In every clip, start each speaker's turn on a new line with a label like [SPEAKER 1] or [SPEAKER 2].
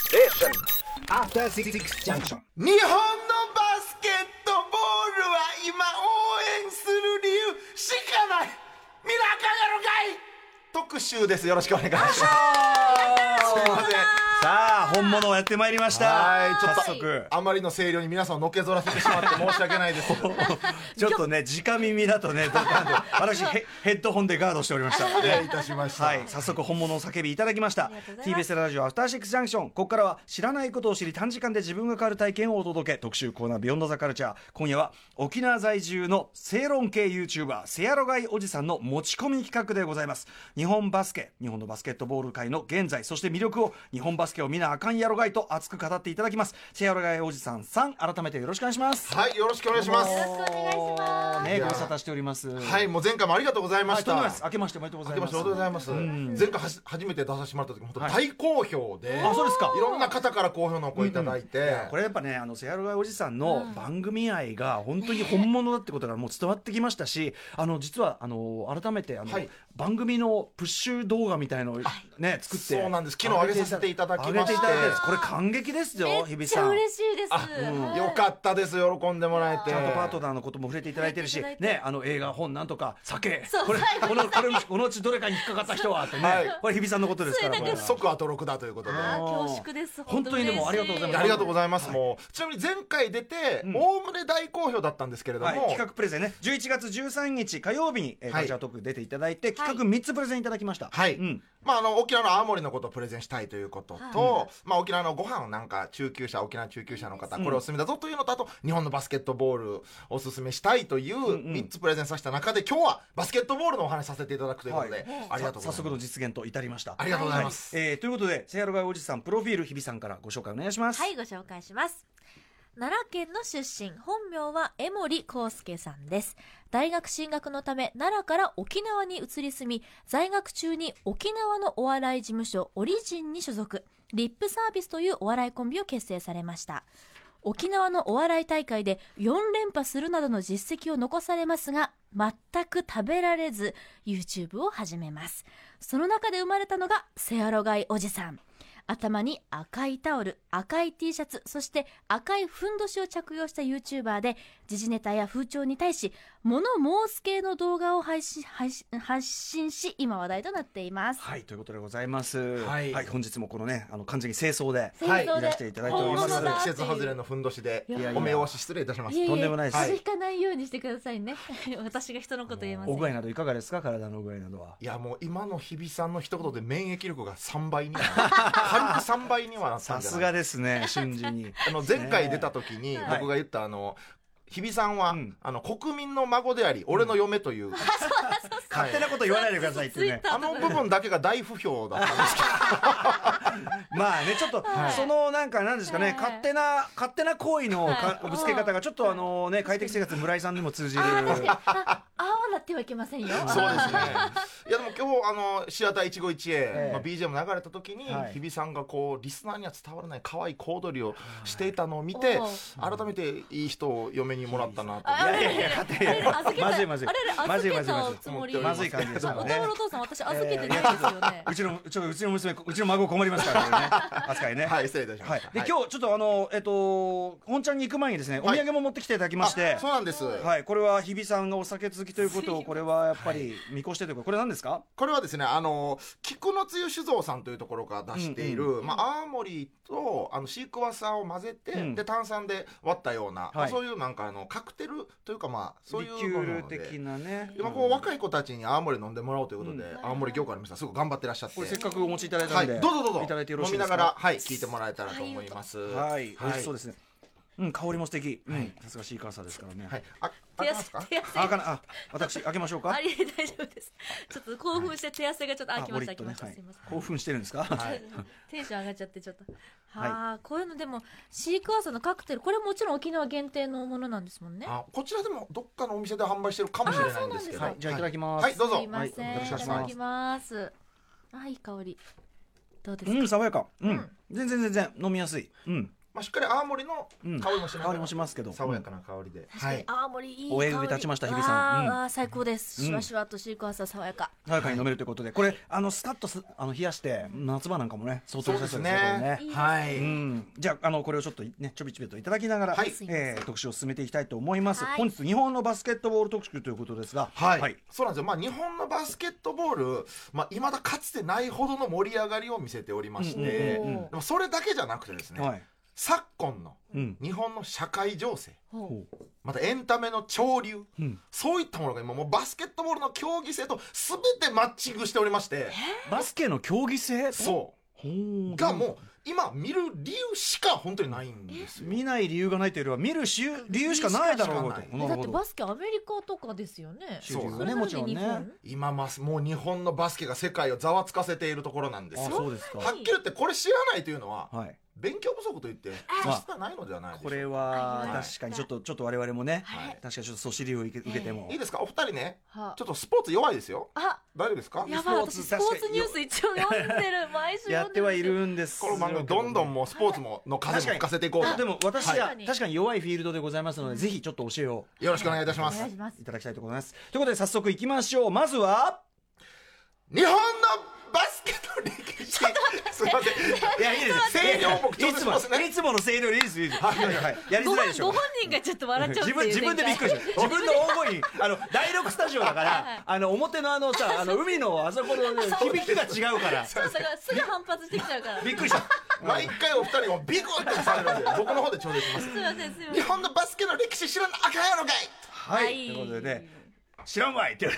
[SPEAKER 1] Station.
[SPEAKER 2] アフターシックスジャンクション
[SPEAKER 3] 日本のバスケットボールは今応援する理由しかない見なあかんやろかい特集ですよろしくお願いし ますすいません
[SPEAKER 4] さあ本物をやってまいりました
[SPEAKER 3] はいちょっと
[SPEAKER 4] 早速
[SPEAKER 3] あまりの声量に皆さんをのけぞらせてしまって申し訳ないです
[SPEAKER 4] ちょっとね直耳だとねドカン と私ヘヘッドホンでガードしておりました
[SPEAKER 3] 失礼いたしました、
[SPEAKER 4] はい、早速本物の叫びいただきました
[SPEAKER 5] りがとうございます
[SPEAKER 4] TBS ラジオアフターシックスジャンクションここからは知らないことを知り短時間で自分が変わる体験をお届け特集コーナー「ビヨンドザカルチャー今夜は沖縄在住の正論系 YouTuber セアロガイおじさんの持ち込み企画でございます日本バスケ日本のバスケットボール界の現在そして魅力を日本バスケを見なあかんやろがいと熱く語っていただきますセアロガイおじさんさん改めてよろしくお願いします
[SPEAKER 3] はいよろしくお願いします
[SPEAKER 5] ろしくお願いしま
[SPEAKER 4] ねご無沙汰しておりますは
[SPEAKER 3] はいもう前回もありがとうございま
[SPEAKER 4] あ
[SPEAKER 3] し
[SPEAKER 4] りがとう
[SPEAKER 3] た、
[SPEAKER 4] ございます明けましておめでとう
[SPEAKER 3] あ
[SPEAKER 4] ござい
[SPEAKER 3] けま
[SPEAKER 4] ま
[SPEAKER 3] し
[SPEAKER 4] す
[SPEAKER 3] ておめでとうございます前回はじ初めて出させてもらった時本当
[SPEAKER 4] はい
[SPEAKER 3] 大好評で、
[SPEAKER 4] あそうですか
[SPEAKER 3] いろんな方から好評のお声いただいて、
[SPEAKER 4] これやっぱねあのセアロガイおじさんの番組愛が本当に本物だってことがもう伝わってきましたしあの実はあの改めてあの、
[SPEAKER 3] はい
[SPEAKER 4] 番組のプッシュ動画みたいのをね作って
[SPEAKER 3] そうなんです昨日上げさせていただきまして
[SPEAKER 4] 上げていただいたんですこれ感激ですよ
[SPEAKER 5] す
[SPEAKER 4] 日
[SPEAKER 5] め
[SPEAKER 4] 比
[SPEAKER 5] っちゃ
[SPEAKER 4] さん
[SPEAKER 5] 嬉しいですはい
[SPEAKER 3] よかったです喜んでもらえて
[SPEAKER 4] ちゃんとパートナーのことも触れていただいてるし
[SPEAKER 5] 触れていただい
[SPEAKER 4] ねあの映画本なんとか酒
[SPEAKER 5] そう
[SPEAKER 4] これ
[SPEAKER 5] 最後
[SPEAKER 4] このこれこのうちどれかに引っかかった人はってね、
[SPEAKER 3] はい
[SPEAKER 4] これ日比さんのことですから
[SPEAKER 5] そう
[SPEAKER 4] これは
[SPEAKER 3] 即アトロクだということで
[SPEAKER 5] あ
[SPEAKER 3] あ
[SPEAKER 5] ー恐縮です
[SPEAKER 4] 本当にでもありがとうございます
[SPEAKER 3] りがとうございます、もうちなみに前回出て
[SPEAKER 4] ん
[SPEAKER 3] おおむね大好評だったんですけれども、
[SPEAKER 4] はい、企画プレゼンね11月13日火曜日に、え
[SPEAKER 3] は
[SPEAKER 4] ー
[SPEAKER 3] い
[SPEAKER 4] カルチャートーク出ていただいて企画3つプレゼンいただきました
[SPEAKER 3] はい
[SPEAKER 4] うん
[SPEAKER 3] まあ、あの沖縄の青森のことをプレゼンしたいということと、まあ、沖縄のご飯をなんか中級者沖縄中級者の方これおすすめだぞというのとあと日本のバスケットボールをおすすめしたいという3つプレゼンさせた中で今日はバスケットボールのお話させていただくということで、
[SPEAKER 4] はい
[SPEAKER 3] ありがとうご
[SPEAKER 4] 早
[SPEAKER 3] ざい
[SPEAKER 4] 速
[SPEAKER 3] ま
[SPEAKER 4] の
[SPEAKER 3] す。
[SPEAKER 4] 実現と至りました
[SPEAKER 3] ありがとうございます、
[SPEAKER 4] えーということでセアロガイおじさんプロフィール日比さんからご紹介お願いします、
[SPEAKER 5] はいご紹介します奈良県の出身本名は江森康介さんです大学進学のため奈良から沖縄に移り住み在学中に沖縄のお笑い事務所オリジンに所属リップサービスというお笑いコンビを結成されました沖縄のお笑い大会で4連覇するなどの実績を残されますが全く食べられず YouTube を始めますその中で生まれたのがセアロガイおじさん頭に赤いタオル、赤い T シャツ、そして赤いふんどしを着用した YouTuber で、時事ネタや風潮に対し、物申す系の動画を配信配信発信し、今話題となっています。
[SPEAKER 4] はいということでございますは、
[SPEAKER 3] はいい
[SPEAKER 4] 本日もこのねあの完全に清掃で
[SPEAKER 3] はい
[SPEAKER 5] 戦争で
[SPEAKER 4] いらしていただいております
[SPEAKER 5] 本物
[SPEAKER 3] 季
[SPEAKER 5] だっていう
[SPEAKER 3] 節外れのふんどしで
[SPEAKER 5] いやいや
[SPEAKER 3] お目押し失礼いたします
[SPEAKER 5] いえいえ
[SPEAKER 4] とんでもないです
[SPEAKER 5] 風邪ひかないようにしてくださいね。私が人のこと言えません。
[SPEAKER 4] お具合などいかがですか体のお具合などはい
[SPEAKER 3] やもう今の日比さんの一言で免疫力が3倍に なる軽く3倍にはなった
[SPEAKER 4] さ
[SPEAKER 3] んじゃ
[SPEAKER 4] す
[SPEAKER 3] ない
[SPEAKER 4] がですね 瞬時に
[SPEAKER 3] あの前回出た時に
[SPEAKER 4] はい
[SPEAKER 3] 僕が言ったあの日比さんは、
[SPEAKER 4] うん
[SPEAKER 3] あの国民の孫であり俺の嫁という、はい
[SPEAKER 4] 勝手なこと言わないでくださいって
[SPEAKER 5] ツイ
[SPEAKER 4] ね
[SPEAKER 5] ッタ
[SPEAKER 3] あ
[SPEAKER 5] ー
[SPEAKER 3] の
[SPEAKER 5] と
[SPEAKER 3] 部
[SPEAKER 5] か
[SPEAKER 3] 分だけが大不評だったんですけど
[SPEAKER 4] まあねちょっと、
[SPEAKER 5] はい
[SPEAKER 4] そのなんかなんですかね、
[SPEAKER 5] はい
[SPEAKER 4] 勝手な勝手な行為のか、
[SPEAKER 5] はい
[SPEAKER 4] ぶつけ方がちょっとあのね快適生活の村井さんにも通じる
[SPEAKER 5] あー確かにあ青なってはいけませんよ。
[SPEAKER 3] そうですねいやでも今日あのシアター一期一会、
[SPEAKER 4] ええ
[SPEAKER 3] まあ、BGM 流れた時に、
[SPEAKER 4] はい
[SPEAKER 3] 日比さんがこうリスナーには伝わらない可愛い小躍りをしていたのを見て
[SPEAKER 5] おう
[SPEAKER 3] 改めていい人を嫁にもらったなと。
[SPEAKER 5] あれ
[SPEAKER 4] いやいやいや勝手に
[SPEAKER 5] 預けた
[SPEAKER 4] まずいまずい
[SPEAKER 5] あれあれ
[SPEAKER 4] まずいまずい
[SPEAKER 5] 預けたつもり
[SPEAKER 4] まずい感じです
[SPEAKER 5] あ
[SPEAKER 4] か
[SPEAKER 5] お
[SPEAKER 4] ら
[SPEAKER 5] 父さ
[SPEAKER 4] ね
[SPEAKER 5] んお父さん私預けてないですよね。
[SPEAKER 4] うちのちょうちの娘うちの孫困りますからね扱いね
[SPEAKER 3] はい失礼いたし
[SPEAKER 4] は
[SPEAKER 3] ま
[SPEAKER 4] い
[SPEAKER 3] した、
[SPEAKER 4] で
[SPEAKER 3] はい
[SPEAKER 4] 今日ちょっとあのえっと本ちゃんに行く前にですねお
[SPEAKER 3] はい
[SPEAKER 4] 土産も持ってきていただきまして
[SPEAKER 3] あそうなんです、
[SPEAKER 4] はいこれは日比さんがお酒好きということをこれはやっぱり見越してというかこれ何ですか
[SPEAKER 3] これはですね、あの、菊のつゆ酒造さんというところが出している、まあ、青森と、あの、シークワーサーを混ぜて、
[SPEAKER 4] うん
[SPEAKER 3] で、炭酸で割ったような、まあそういうなんか、あの、カクテルというか、まあ、そうい
[SPEAKER 4] リ
[SPEAKER 3] う
[SPEAKER 4] キュール
[SPEAKER 3] ものなの
[SPEAKER 4] 的
[SPEAKER 3] で。
[SPEAKER 4] なね
[SPEAKER 3] 今こう若い子たちに青森飲んでもらおうということで、
[SPEAKER 5] うん
[SPEAKER 3] 青森業界の皆さんすごい頑張ってらっしゃって
[SPEAKER 4] これせっかくお持ちいただいた
[SPEAKER 3] は
[SPEAKER 4] ん
[SPEAKER 3] い
[SPEAKER 4] で、
[SPEAKER 3] どうぞどうぞ
[SPEAKER 4] いただいてよろし
[SPEAKER 3] 飲み
[SPEAKER 4] いです
[SPEAKER 3] な
[SPEAKER 4] か
[SPEAKER 3] がらはい聞いてもらえたらと思います
[SPEAKER 4] はい、美味しそう
[SPEAKER 3] で
[SPEAKER 4] ですね。うん、香りも素敵。うん、さすがシーカーサーですからね。
[SPEAKER 3] はいああ
[SPEAKER 5] 手
[SPEAKER 3] ります
[SPEAKER 5] 汗
[SPEAKER 3] か
[SPEAKER 5] 手汗
[SPEAKER 4] あ、あかな、あ、私、開けましょうか。
[SPEAKER 5] あり大丈夫です。ちょっと興奮して手汗がちょっと、あ、きました、
[SPEAKER 4] ボ
[SPEAKER 5] き
[SPEAKER 4] リ
[SPEAKER 5] ま
[SPEAKER 4] ッ
[SPEAKER 5] し
[SPEAKER 4] と
[SPEAKER 5] た、
[SPEAKER 4] ね
[SPEAKER 5] すいません。
[SPEAKER 4] 興奮してるんですか。はい、
[SPEAKER 5] テンション上がっちゃってちょっと。
[SPEAKER 4] はい
[SPEAKER 5] はあ、こういうのでも、シークワーサーのカクテル、これもちろん沖縄限定のものなんですもんね。
[SPEAKER 3] あこちらでもどっかのお店で販売してるかもしれないんですけど
[SPEAKER 5] あそうなんですね
[SPEAKER 4] じゃあ、いただきます。
[SPEAKER 3] はいどうぞ
[SPEAKER 5] すいません、
[SPEAKER 4] は
[SPEAKER 5] い
[SPEAKER 4] いよろしくお願いします
[SPEAKER 5] ただきます。あ、いい香り。どうです
[SPEAKER 4] う
[SPEAKER 5] か
[SPEAKER 4] ん、爽やか。う
[SPEAKER 5] うんん、
[SPEAKER 4] 全然、全然、飲みやすい。うん。
[SPEAKER 3] まあ、しっかり青森の
[SPEAKER 4] うん
[SPEAKER 3] 香りもしながら、
[SPEAKER 4] 香りもしますけど
[SPEAKER 3] 爽やかな香りで、
[SPEAKER 5] 確か
[SPEAKER 3] は
[SPEAKER 5] に
[SPEAKER 3] い、
[SPEAKER 5] 青森いい香り
[SPEAKER 4] お縁を立ちました日比さん
[SPEAKER 5] わ
[SPEAKER 4] うん
[SPEAKER 5] あわあ最高です
[SPEAKER 4] うん
[SPEAKER 5] シュワシュワとシークワーサー爽やか
[SPEAKER 4] 爽やかに飲めるということで、これあのスカッとすあの冷やして夏場なんかもね相当良さそうですね
[SPEAKER 3] そうですね
[SPEAKER 5] い
[SPEAKER 4] これね
[SPEAKER 5] いですね
[SPEAKER 3] はい、
[SPEAKER 4] うん、じゃああのこれをちょっとねちょびちょびといただきながら、
[SPEAKER 3] はい
[SPEAKER 4] えー特集を進めていきたいと思います、
[SPEAKER 5] はい
[SPEAKER 4] 本日日本のバスケットボール特集ということですが
[SPEAKER 3] はい、そうなんですよ、まあ、日本のバスケットボール、まあ、未だかつてないほどの盛り上がりを見せておりまして、
[SPEAKER 4] うん
[SPEAKER 3] で
[SPEAKER 5] うん
[SPEAKER 3] もそれだけじゃなくてですね、
[SPEAKER 4] はい
[SPEAKER 3] 昨今の
[SPEAKER 4] うん
[SPEAKER 3] 日本の社会情勢、
[SPEAKER 5] ほう
[SPEAKER 4] ほ
[SPEAKER 3] またエンタメの潮流、
[SPEAKER 4] うん
[SPEAKER 3] そういったものが今、もうバスケットボールの競技性とすべてマッチングしておりまして、
[SPEAKER 4] バスケの競技性
[SPEAKER 3] そう、
[SPEAKER 4] ほー
[SPEAKER 3] がもう、今、見る理由しか本当にないんですよ。
[SPEAKER 4] 見ない理由がないというよりは見るし理由しかないだろう
[SPEAKER 3] 理由しかない
[SPEAKER 5] だ
[SPEAKER 4] とな
[SPEAKER 5] っ
[SPEAKER 4] る
[SPEAKER 5] て
[SPEAKER 4] ほど
[SPEAKER 5] バスケアメリカとかですよね
[SPEAKER 4] そう
[SPEAKER 5] それなの
[SPEAKER 4] もち
[SPEAKER 5] に
[SPEAKER 4] ろんね
[SPEAKER 5] 日本
[SPEAKER 3] 今ますもう日本のバスケが世界をざわつかせているところなんです
[SPEAKER 4] あ
[SPEAKER 3] よ。
[SPEAKER 4] そうですか
[SPEAKER 3] はっきり言ってこれ知らないというのは
[SPEAKER 4] はい
[SPEAKER 3] 勉強不足と言って
[SPEAKER 4] まあ
[SPEAKER 3] 差し支えないのではないでしょう
[SPEAKER 4] これ
[SPEAKER 3] か
[SPEAKER 4] は
[SPEAKER 3] はい
[SPEAKER 4] 確かにちょっとちょっと我々もね、
[SPEAKER 5] はい
[SPEAKER 4] 確かにちょっとそしりを受け受けても、
[SPEAKER 3] いいですかお二人ね
[SPEAKER 5] は
[SPEAKER 3] ちょっとスポーツ弱いですよ
[SPEAKER 5] あ
[SPEAKER 3] 大丈夫ですか
[SPEAKER 5] やばい
[SPEAKER 4] スポー
[SPEAKER 5] 私
[SPEAKER 4] ツ
[SPEAKER 5] スポーツニュース一応読んでる毎週
[SPEAKER 4] や
[SPEAKER 5] 読
[SPEAKER 4] っ
[SPEAKER 5] んで
[SPEAKER 4] てはい
[SPEAKER 5] んですよ
[SPEAKER 4] るんです
[SPEAKER 3] この番組どんどんもうスポーツもの風も吹かせていこう
[SPEAKER 4] で
[SPEAKER 3] と
[SPEAKER 4] も私は、
[SPEAKER 5] はい
[SPEAKER 4] 確かに弱いフィールドでございますので、ぜひちょっと教えを
[SPEAKER 3] よろしくお願いいたしま
[SPEAKER 5] お
[SPEAKER 3] す
[SPEAKER 5] 願いします
[SPEAKER 4] いただきたいと思いますということで早速いきましょうまずは
[SPEAKER 3] 日本のバスケの歴史すいません
[SPEAKER 4] いやいいです
[SPEAKER 3] 声量僕調
[SPEAKER 4] い
[SPEAKER 3] 整
[SPEAKER 4] つ
[SPEAKER 3] し
[SPEAKER 4] も
[SPEAKER 3] ますね
[SPEAKER 4] いつもの声量いいですいいですはいはいやり
[SPEAKER 5] ご
[SPEAKER 4] づら
[SPEAKER 5] 本
[SPEAKER 4] いでしょ
[SPEAKER 5] ご本人がちょっと笑っちゃうって
[SPEAKER 4] 自
[SPEAKER 5] いう
[SPEAKER 4] 分自分でびっくりした 自分の大声にあの第6スタジオだか
[SPEAKER 5] はい
[SPEAKER 4] らあの表のあの さあの海のあそこのね響きが違うから
[SPEAKER 5] そうだからすぐ反発してきちゃう からす
[SPEAKER 4] びっくりした
[SPEAKER 3] 毎回お二人もビクッとされるんで僕の方で調整します
[SPEAKER 5] いませんすいま
[SPEAKER 3] 日
[SPEAKER 5] せん
[SPEAKER 3] 本のバスケの歴史知らなあかんやろかい
[SPEAKER 4] はいということでね知らんわいって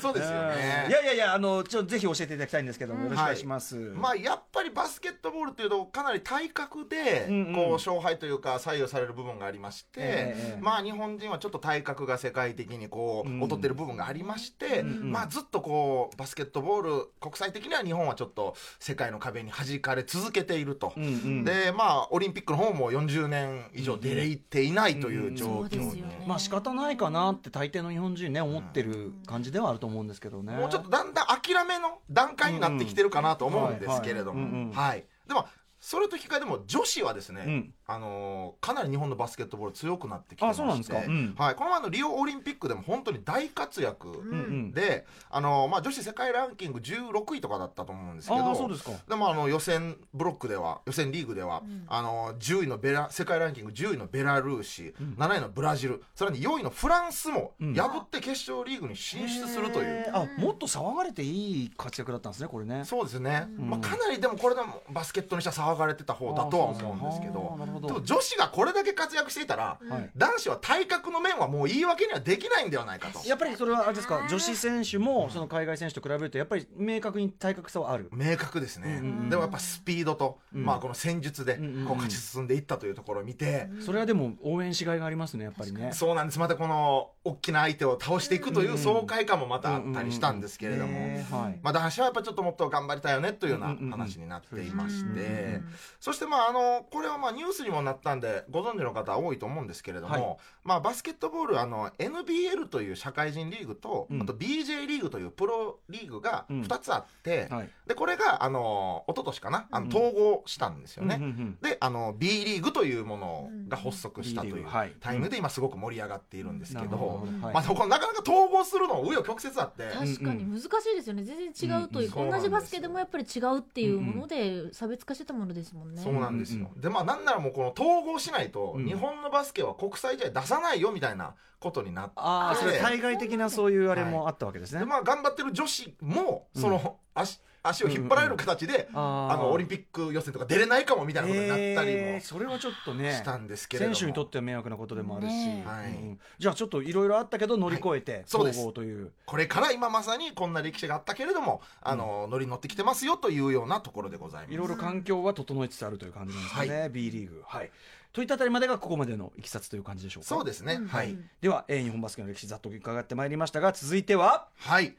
[SPEAKER 3] そうですよね
[SPEAKER 4] いやいやいやあのちょぜひ教えていただきたいんですけどもよろしくお願いします
[SPEAKER 3] まあやっぱりバスケットボールっていうとかなり体格で
[SPEAKER 4] うんうん
[SPEAKER 3] こう勝敗というか採用される部分がありまして、
[SPEAKER 4] ええ
[SPEAKER 3] まあ日本人はちょっと体格が世界的にこう
[SPEAKER 4] うん
[SPEAKER 3] 劣ってる部分がありまして、
[SPEAKER 4] うんうん
[SPEAKER 3] まあずっとこうバスケットボール国際的には日本はちょっと世界の壁に弾かれ続けていると。
[SPEAKER 4] うんうん
[SPEAKER 3] でまあ、オリンピックの方も40年以上出れていないという状
[SPEAKER 5] そう
[SPEAKER 3] 況で、
[SPEAKER 5] ですよね
[SPEAKER 4] まあ仕方ないかなって大抵の日本人ね思ってる感じではあると思うんですけどね
[SPEAKER 3] もうちょっとだんだん諦めの段階になってきてるかなと思うんですけれど
[SPEAKER 4] うんうん
[SPEAKER 3] も、
[SPEAKER 4] はい
[SPEAKER 3] はい。でも、それと引き換えでも女子はですね、
[SPEAKER 4] うん
[SPEAKER 3] あのーかなり日本のバスケットボール強くなってきてまして
[SPEAKER 4] あそうなんですかうん
[SPEAKER 3] はい、この前のリオオリンピックでも本当に大活躍
[SPEAKER 5] うん
[SPEAKER 4] うんうん
[SPEAKER 3] で、あのーまあ、女子世界ランキング16位とかだったと思うんですけ
[SPEAKER 4] あ
[SPEAKER 3] ど
[SPEAKER 4] あそうですか
[SPEAKER 3] でもあの予選ブロックでは予選リーグでは、
[SPEAKER 5] うん
[SPEAKER 3] あの10位のベラ世界ランキング10位のベラルーシ、
[SPEAKER 4] うん
[SPEAKER 3] 7位のブラジルさらに4位のフランスも
[SPEAKER 4] うん
[SPEAKER 3] 破って決勝リーグに進出するという、
[SPEAKER 4] へーあもっと騒がれていい活躍だったんですねこれね
[SPEAKER 3] そうですね、
[SPEAKER 4] うん
[SPEAKER 3] まあ、かなりでもこれでもバスケットにしたら騒がれてた方だとは思うんですけ
[SPEAKER 4] あー
[SPEAKER 3] ど
[SPEAKER 4] なるほ
[SPEAKER 3] でも
[SPEAKER 4] ど
[SPEAKER 3] 女子がこれだけ活躍していたら、
[SPEAKER 5] うん
[SPEAKER 4] はい
[SPEAKER 3] 男子は体格の面はもう言い訳にはできないんではないかと
[SPEAKER 4] やっぱりそれはあれですか女子選手もその海外選手と比べるとやっぱり明確に体格差はある
[SPEAKER 3] 明確ですね、
[SPEAKER 4] うんうんうん
[SPEAKER 3] でもやっぱスピードと、
[SPEAKER 4] うん
[SPEAKER 3] まあ、この戦術で
[SPEAKER 4] うんうんうん
[SPEAKER 3] こう勝ち進んでいったというところを見て、
[SPEAKER 4] それはでも応援しがいがありますねやっぱりね
[SPEAKER 3] そうなんですまたこの大きな相手を倒していくという爽快感もまたあったりしたんですけれども。
[SPEAKER 4] ねはい
[SPEAKER 3] まあ、男子はやっぱちょっともっと頑張りたいよねというよう
[SPEAKER 4] う
[SPEAKER 3] な
[SPEAKER 4] んうんうんうん
[SPEAKER 3] 話になっていまし
[SPEAKER 5] うんうんう
[SPEAKER 3] て
[SPEAKER 5] ん
[SPEAKER 3] そしてまああのこれはまあニュースにもなったんでご存知の方多いと思うんですけれども、
[SPEAKER 4] はい
[SPEAKER 3] まあ、バスケットボールあの NBL という社会人リーグと、
[SPEAKER 4] うん
[SPEAKER 3] あと BJ リーグというプロリーグが
[SPEAKER 4] うん
[SPEAKER 3] 2つあって、
[SPEAKER 4] はい
[SPEAKER 3] でこれがあの一昨年かなあの
[SPEAKER 4] うん
[SPEAKER 3] 統合したんですよね。
[SPEAKER 4] うんうん
[SPEAKER 3] であの B リーグというものが発足したと
[SPEAKER 4] うん
[SPEAKER 3] い
[SPEAKER 4] B リ
[SPEAKER 3] う
[SPEAKER 4] ーグはい
[SPEAKER 3] タイムで今すごく盛り上がっているんですけ
[SPEAKER 4] なる
[SPEAKER 3] ど、
[SPEAKER 4] ほどはい
[SPEAKER 3] まあ、そこなかなか統合するの紆余曲折あって
[SPEAKER 5] 確かに難しいですよね全然違うというか、
[SPEAKER 3] うんうん
[SPEAKER 5] 同じバスケでもやっぱり違うっていうもので差別化してたものですもんね、
[SPEAKER 3] そうなんです
[SPEAKER 4] うんう
[SPEAKER 3] よ
[SPEAKER 4] ん。
[SPEAKER 3] でまあなんならもうこの統合しないと
[SPEAKER 4] うん
[SPEAKER 3] 日本のバスケは国際試合出さないよみたいなことになって。
[SPEAKER 4] ああそれは対外的なそういうあれも
[SPEAKER 3] は
[SPEAKER 4] あったわけですね
[SPEAKER 3] でまあ、頑張ってる女子もその足,、足を引っ張られる形で、
[SPEAKER 4] あー
[SPEAKER 3] あのオリンピック予選とか出れないかもみたいなことになったり
[SPEAKER 4] え
[SPEAKER 3] も
[SPEAKER 4] ーそれはちょっとね
[SPEAKER 3] したんですけれど
[SPEAKER 4] 選
[SPEAKER 3] も、
[SPEAKER 4] 手にとっては迷惑なことでもあるし、
[SPEAKER 5] ねえ
[SPEAKER 3] はい
[SPEAKER 4] うんじゃあちょっといろいろあったけど乗り越えて
[SPEAKER 3] そう
[SPEAKER 4] 総
[SPEAKER 3] です
[SPEAKER 4] 合という,、
[SPEAKER 3] これから今まさにこんな歴史があったけれどもあの、乗りに乗ってきてますよというようなところでござい
[SPEAKER 4] い
[SPEAKER 3] ま
[SPEAKER 4] ろいろ環境は整えつつあるという感じなんですかね、B リーグ。はい、といったあたりまでがここまでのいきさつという感じでしょう
[SPEAKER 3] す
[SPEAKER 4] か。
[SPEAKER 3] そうですね、
[SPEAKER 5] うん
[SPEAKER 3] はい、
[SPEAKER 4] では、えー日本バスケの歴史ざっと伺ってまいりましたが続いては
[SPEAKER 3] はい。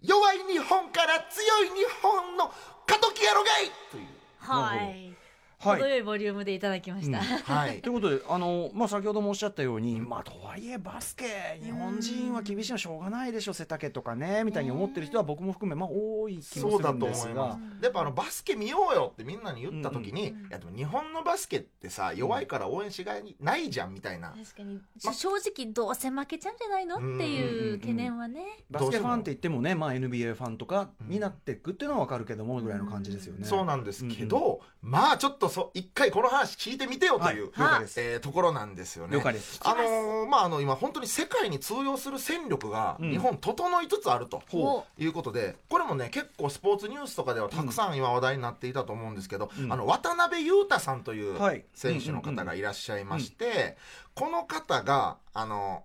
[SPEAKER 3] 弱い日本から強い日本の過渡期やろがいという。
[SPEAKER 5] はい
[SPEAKER 4] はい
[SPEAKER 5] 程よいボリュームでいただきました、
[SPEAKER 3] はい
[SPEAKER 4] ということで、あのまあ、先ほどもおっしゃったように、まあ、とはいえバスケ、日本人は厳しいのはしょうがないでしょ、背丈とかね、みたいに思ってる人は僕も含め、まあ、多い気も
[SPEAKER 3] そう
[SPEAKER 4] す
[SPEAKER 3] だ
[SPEAKER 4] るん
[SPEAKER 3] と
[SPEAKER 4] で
[SPEAKER 3] 思
[SPEAKER 4] す
[SPEAKER 3] い
[SPEAKER 4] が
[SPEAKER 3] ま、す。でやっぱあのバスケ見ようよってみんなに言った時に、
[SPEAKER 5] うんうん
[SPEAKER 3] いやでも日本のバスケってさ弱いから応援しがいないじゃんみたいな。
[SPEAKER 5] 確かに、正直どうせ負けちゃうんじゃないのって
[SPEAKER 4] うんうんうん
[SPEAKER 5] いううん懸念はね、
[SPEAKER 4] バスケファンって言ってもね、まあ、NBA ファンとかになっていくっていうのは分かるけども、
[SPEAKER 5] ん
[SPEAKER 4] ぐらいの感じですよね。
[SPEAKER 3] そうなんですけど、まあちょっとそ一回この話聞いてみてよという、
[SPEAKER 4] はい了解です
[SPEAKER 3] えーところなんですよね。
[SPEAKER 4] 了解です
[SPEAKER 3] あのーまああの今本当に世界に通用する戦力が
[SPEAKER 4] うん
[SPEAKER 3] 日本整いつつあると。
[SPEAKER 5] ほ
[SPEAKER 3] いうことでこれもね結構スポーツニュースとかではたくさん今話題になっていたと思うんですけど、
[SPEAKER 4] うん
[SPEAKER 3] あの渡辺裕太さんという
[SPEAKER 4] はい
[SPEAKER 3] 選手の方がいらっしゃいまして、この方があの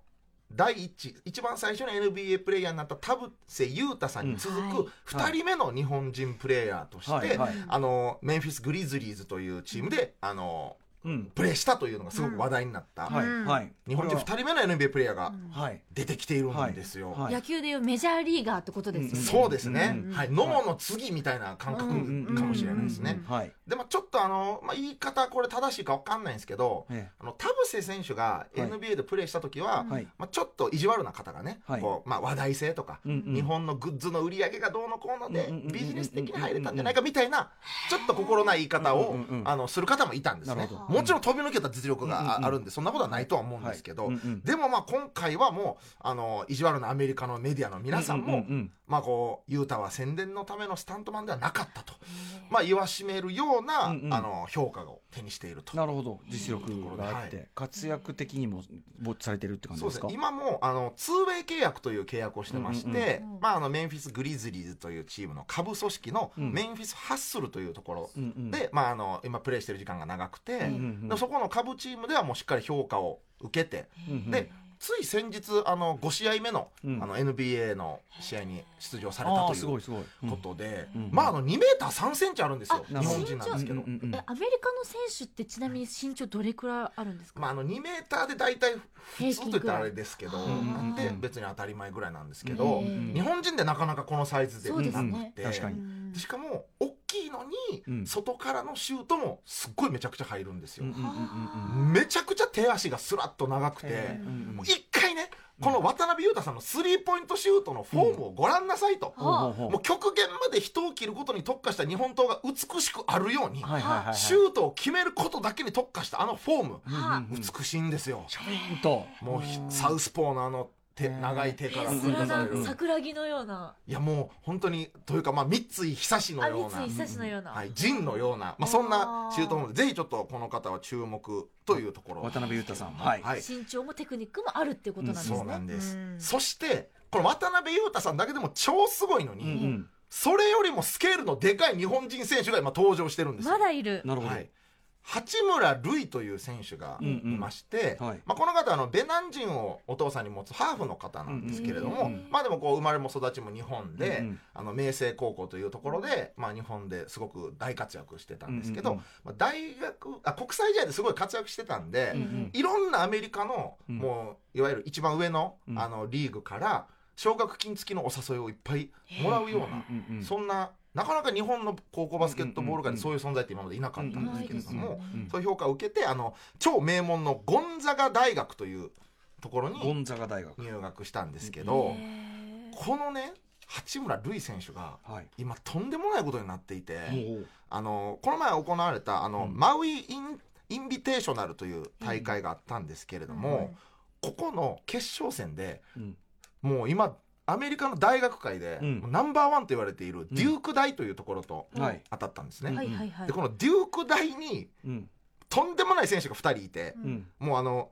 [SPEAKER 3] 第一一番最初の NBA プレイヤーになった田臥勇太さんに続
[SPEAKER 5] うん
[SPEAKER 3] く2人目の日本人プレイヤーとして、
[SPEAKER 4] はいはい
[SPEAKER 3] あのメンフィス・グリズリーズというチームで、あの
[SPEAKER 4] うん
[SPEAKER 3] プレーしたというのがすごく話題になった、
[SPEAKER 4] はい
[SPEAKER 5] うん
[SPEAKER 4] はい、
[SPEAKER 3] 日本人2人目の NBA プレイヤーが
[SPEAKER 4] はい
[SPEAKER 3] 出てきているんですよ。
[SPEAKER 4] はい
[SPEAKER 5] 野球でいうメジャーリーガーってことですよね、
[SPEAKER 4] ん
[SPEAKER 3] そうですね、
[SPEAKER 5] うん
[SPEAKER 3] はい、野茂の次みたいな感
[SPEAKER 5] うん
[SPEAKER 4] うん
[SPEAKER 3] 覚かもしれないですね。
[SPEAKER 5] うん
[SPEAKER 4] はい
[SPEAKER 3] でもちょっとあの、まあ、言い方これ正しいか分かんないんですけど、
[SPEAKER 4] え
[SPEAKER 3] あの田臥選手が NBA でプレーした時は、
[SPEAKER 5] う
[SPEAKER 4] え
[SPEAKER 5] ん
[SPEAKER 4] はい
[SPEAKER 3] まあ、ちょっと意地悪な方がね、
[SPEAKER 4] はい
[SPEAKER 3] こうまあ、話題性とか、
[SPEAKER 4] うんうん
[SPEAKER 3] 日本のグッズの売り上げがどうのこうので
[SPEAKER 4] うんうんうんうんうん
[SPEAKER 3] ビジネス的に入れたんじゃないかみたいなちょっと心ない言い方を、
[SPEAKER 4] うんうんうん
[SPEAKER 3] あのする方もいたんです
[SPEAKER 4] な
[SPEAKER 3] ね
[SPEAKER 4] るほ
[SPEAKER 5] ど
[SPEAKER 3] もちろん飛び抜けた実力
[SPEAKER 4] うんうんう
[SPEAKER 3] が
[SPEAKER 4] ん
[SPEAKER 3] ああるんでそんなことはないとは思うんですけど、
[SPEAKER 4] はいうんうん
[SPEAKER 3] でもまあ今回はもうあの意地悪なアメリカのメディアの皆さんも、
[SPEAKER 4] ううん
[SPEAKER 3] まあこう、ユータは宣伝のためのスタントマンではなかったと、まあ言わしめるような、
[SPEAKER 4] うんうん
[SPEAKER 3] あの、評価を手にしていると。
[SPEAKER 4] なるほど実力があって、
[SPEAKER 3] は
[SPEAKER 4] 活躍的にも没されてるって感じ
[SPEAKER 3] そう
[SPEAKER 4] で
[SPEAKER 3] ですす
[SPEAKER 4] か
[SPEAKER 3] ね、今もあのツーウェイ契約という契約をしてまして、
[SPEAKER 5] うんうんうん
[SPEAKER 3] まあ、あのメンフィス・グリズリーズというチームの下部組織の
[SPEAKER 4] うん
[SPEAKER 3] メンフィス・ハッスルというところ
[SPEAKER 4] うんうん
[SPEAKER 3] で、まあ、あの今プレーしてる時間が長くて、
[SPEAKER 4] うんうん
[SPEAKER 3] でそこの下部チームではもうしっかり評価を受けて、
[SPEAKER 4] うんうん
[SPEAKER 3] でつい先日あの5試合目の,、
[SPEAKER 4] うん
[SPEAKER 3] あの NBA の試合に出場された
[SPEAKER 4] あ
[SPEAKER 3] と
[SPEAKER 4] あ
[SPEAKER 3] い
[SPEAKER 4] す
[SPEAKER 3] う
[SPEAKER 4] ごいすごい、うん
[SPEAKER 3] ことで、
[SPEAKER 4] うん
[SPEAKER 3] まああの2メーター3センチあるんですよ、
[SPEAKER 5] あ
[SPEAKER 3] 日本人なんですけど。
[SPEAKER 4] うんうんうん
[SPEAKER 5] えアメリカの選手ってちなみに身長どれくらいあるんですか、
[SPEAKER 3] まあ、あの2メーターで大体普通と言ったらあれですけど、
[SPEAKER 5] 平均
[SPEAKER 4] ぐらい
[SPEAKER 3] なんで
[SPEAKER 4] うん
[SPEAKER 3] 別に当たり前ぐらいなんですけ
[SPEAKER 5] うん
[SPEAKER 3] ど、
[SPEAKER 5] うんうん
[SPEAKER 3] 日本人でなかなかこのサイズで
[SPEAKER 5] そうですね
[SPEAKER 3] なくて、
[SPEAKER 4] 確かに
[SPEAKER 5] うん
[SPEAKER 3] でしかも大きいのに、
[SPEAKER 4] うん
[SPEAKER 3] 外からのシュートもすっごいめちゃくちゃ入るんです
[SPEAKER 4] う
[SPEAKER 3] よ
[SPEAKER 4] んう、んうんうん
[SPEAKER 3] めちゃくちゃ手足がスラッと長くて、
[SPEAKER 4] へえうん
[SPEAKER 3] もう一回ねこの渡辺裕太さんのスリーポイントシュートのフォームをご覧なさいと、
[SPEAKER 5] うんはあ
[SPEAKER 4] ほうほう
[SPEAKER 3] も
[SPEAKER 4] ほ
[SPEAKER 3] う極限まで人を切ることに特化した日本刀が美しくあるように、
[SPEAKER 4] うはいはいはいはい
[SPEAKER 3] シュートを決めることだけに特化したあのフォーム、
[SPEAKER 5] はあ
[SPEAKER 4] うんうんうん
[SPEAKER 3] 美しいんですよ。
[SPEAKER 4] ちゃんと
[SPEAKER 3] もうひサウスポーのあの手
[SPEAKER 4] うん
[SPEAKER 3] 長い手から
[SPEAKER 5] え
[SPEAKER 3] 繰
[SPEAKER 5] ス
[SPEAKER 3] り
[SPEAKER 5] ラ
[SPEAKER 3] 出さ
[SPEAKER 5] ダ
[SPEAKER 3] れる
[SPEAKER 5] ン桜木のような
[SPEAKER 3] やもう本当にというかまあ三井久志の
[SPEAKER 5] あ
[SPEAKER 3] よう
[SPEAKER 5] 三井
[SPEAKER 3] な。
[SPEAKER 5] 久志のような、
[SPEAKER 3] はい、ジンのような、まあ、そんなシュートフォームでぜひちょっとこの方は注目というところ
[SPEAKER 4] 渡辺裕太さんはい、
[SPEAKER 3] はい、
[SPEAKER 5] 身長もテクニックもあるってことなんですね、
[SPEAKER 3] そうなんです、
[SPEAKER 5] うん
[SPEAKER 3] そしてこの渡辺裕太さんだけでも超すごいのに、
[SPEAKER 4] うんうん
[SPEAKER 3] それよりもスケールのでかい日本人選手が今登場してるんですよ
[SPEAKER 5] まだいる
[SPEAKER 4] なるほど、
[SPEAKER 3] はい、八村塁という選手が
[SPEAKER 4] うん
[SPEAKER 3] い
[SPEAKER 4] うん
[SPEAKER 3] まして、
[SPEAKER 4] はい
[SPEAKER 3] まあ、この方はあのベナン人をお父さんに持つハーフの方なんですけれども、
[SPEAKER 5] うんうん
[SPEAKER 3] まあ、でもこう生まれも育ちも日本で、
[SPEAKER 4] うんうん
[SPEAKER 3] あの明星高校というところで、まあ、日本ですごく大活躍してたんですけど、
[SPEAKER 4] うんうん
[SPEAKER 3] まあ、大学あ国際試合ですごい活躍してたんで、
[SPEAKER 4] うんうん
[SPEAKER 3] いろんなアメリカの、
[SPEAKER 4] うん
[SPEAKER 3] もういわゆる一番上の,、
[SPEAKER 4] うん
[SPEAKER 3] あのリーグから奨学金付きのお誘いをいっぱいもらうような、
[SPEAKER 4] うんうんうん
[SPEAKER 3] そんななかなか日本の高校バスケットボール界
[SPEAKER 4] うんうんうんうん
[SPEAKER 3] にそういう存在って今までいなかったんですけれども、
[SPEAKER 5] ないですよ
[SPEAKER 4] ね
[SPEAKER 3] そういう評価を受けてあの超名門のゴンザガ大学というところ
[SPEAKER 4] ゴ
[SPEAKER 3] に
[SPEAKER 4] ンザガ大学
[SPEAKER 3] 入学したんですけど、
[SPEAKER 5] へー
[SPEAKER 3] このね八村塁選手が
[SPEAKER 4] はい
[SPEAKER 3] 今とんでもないことになっていて、
[SPEAKER 4] もう
[SPEAKER 3] あのこの前行われたあの、
[SPEAKER 4] うん
[SPEAKER 3] マウイインインビテーショナルという大会があったんですけれども、ここの決勝戦で
[SPEAKER 4] うん
[SPEAKER 3] もう今アメリカの大学界で、
[SPEAKER 4] うん
[SPEAKER 3] もうナンバーワンと言われているデューク大というところと
[SPEAKER 5] うん
[SPEAKER 4] はい
[SPEAKER 3] 当たったんです
[SPEAKER 5] うん
[SPEAKER 3] ね。
[SPEAKER 5] はいはいはい
[SPEAKER 3] でこのデューク大に
[SPEAKER 4] うん
[SPEAKER 3] とんでもない選手が2人いて、
[SPEAKER 5] うん
[SPEAKER 4] うん
[SPEAKER 3] もうあの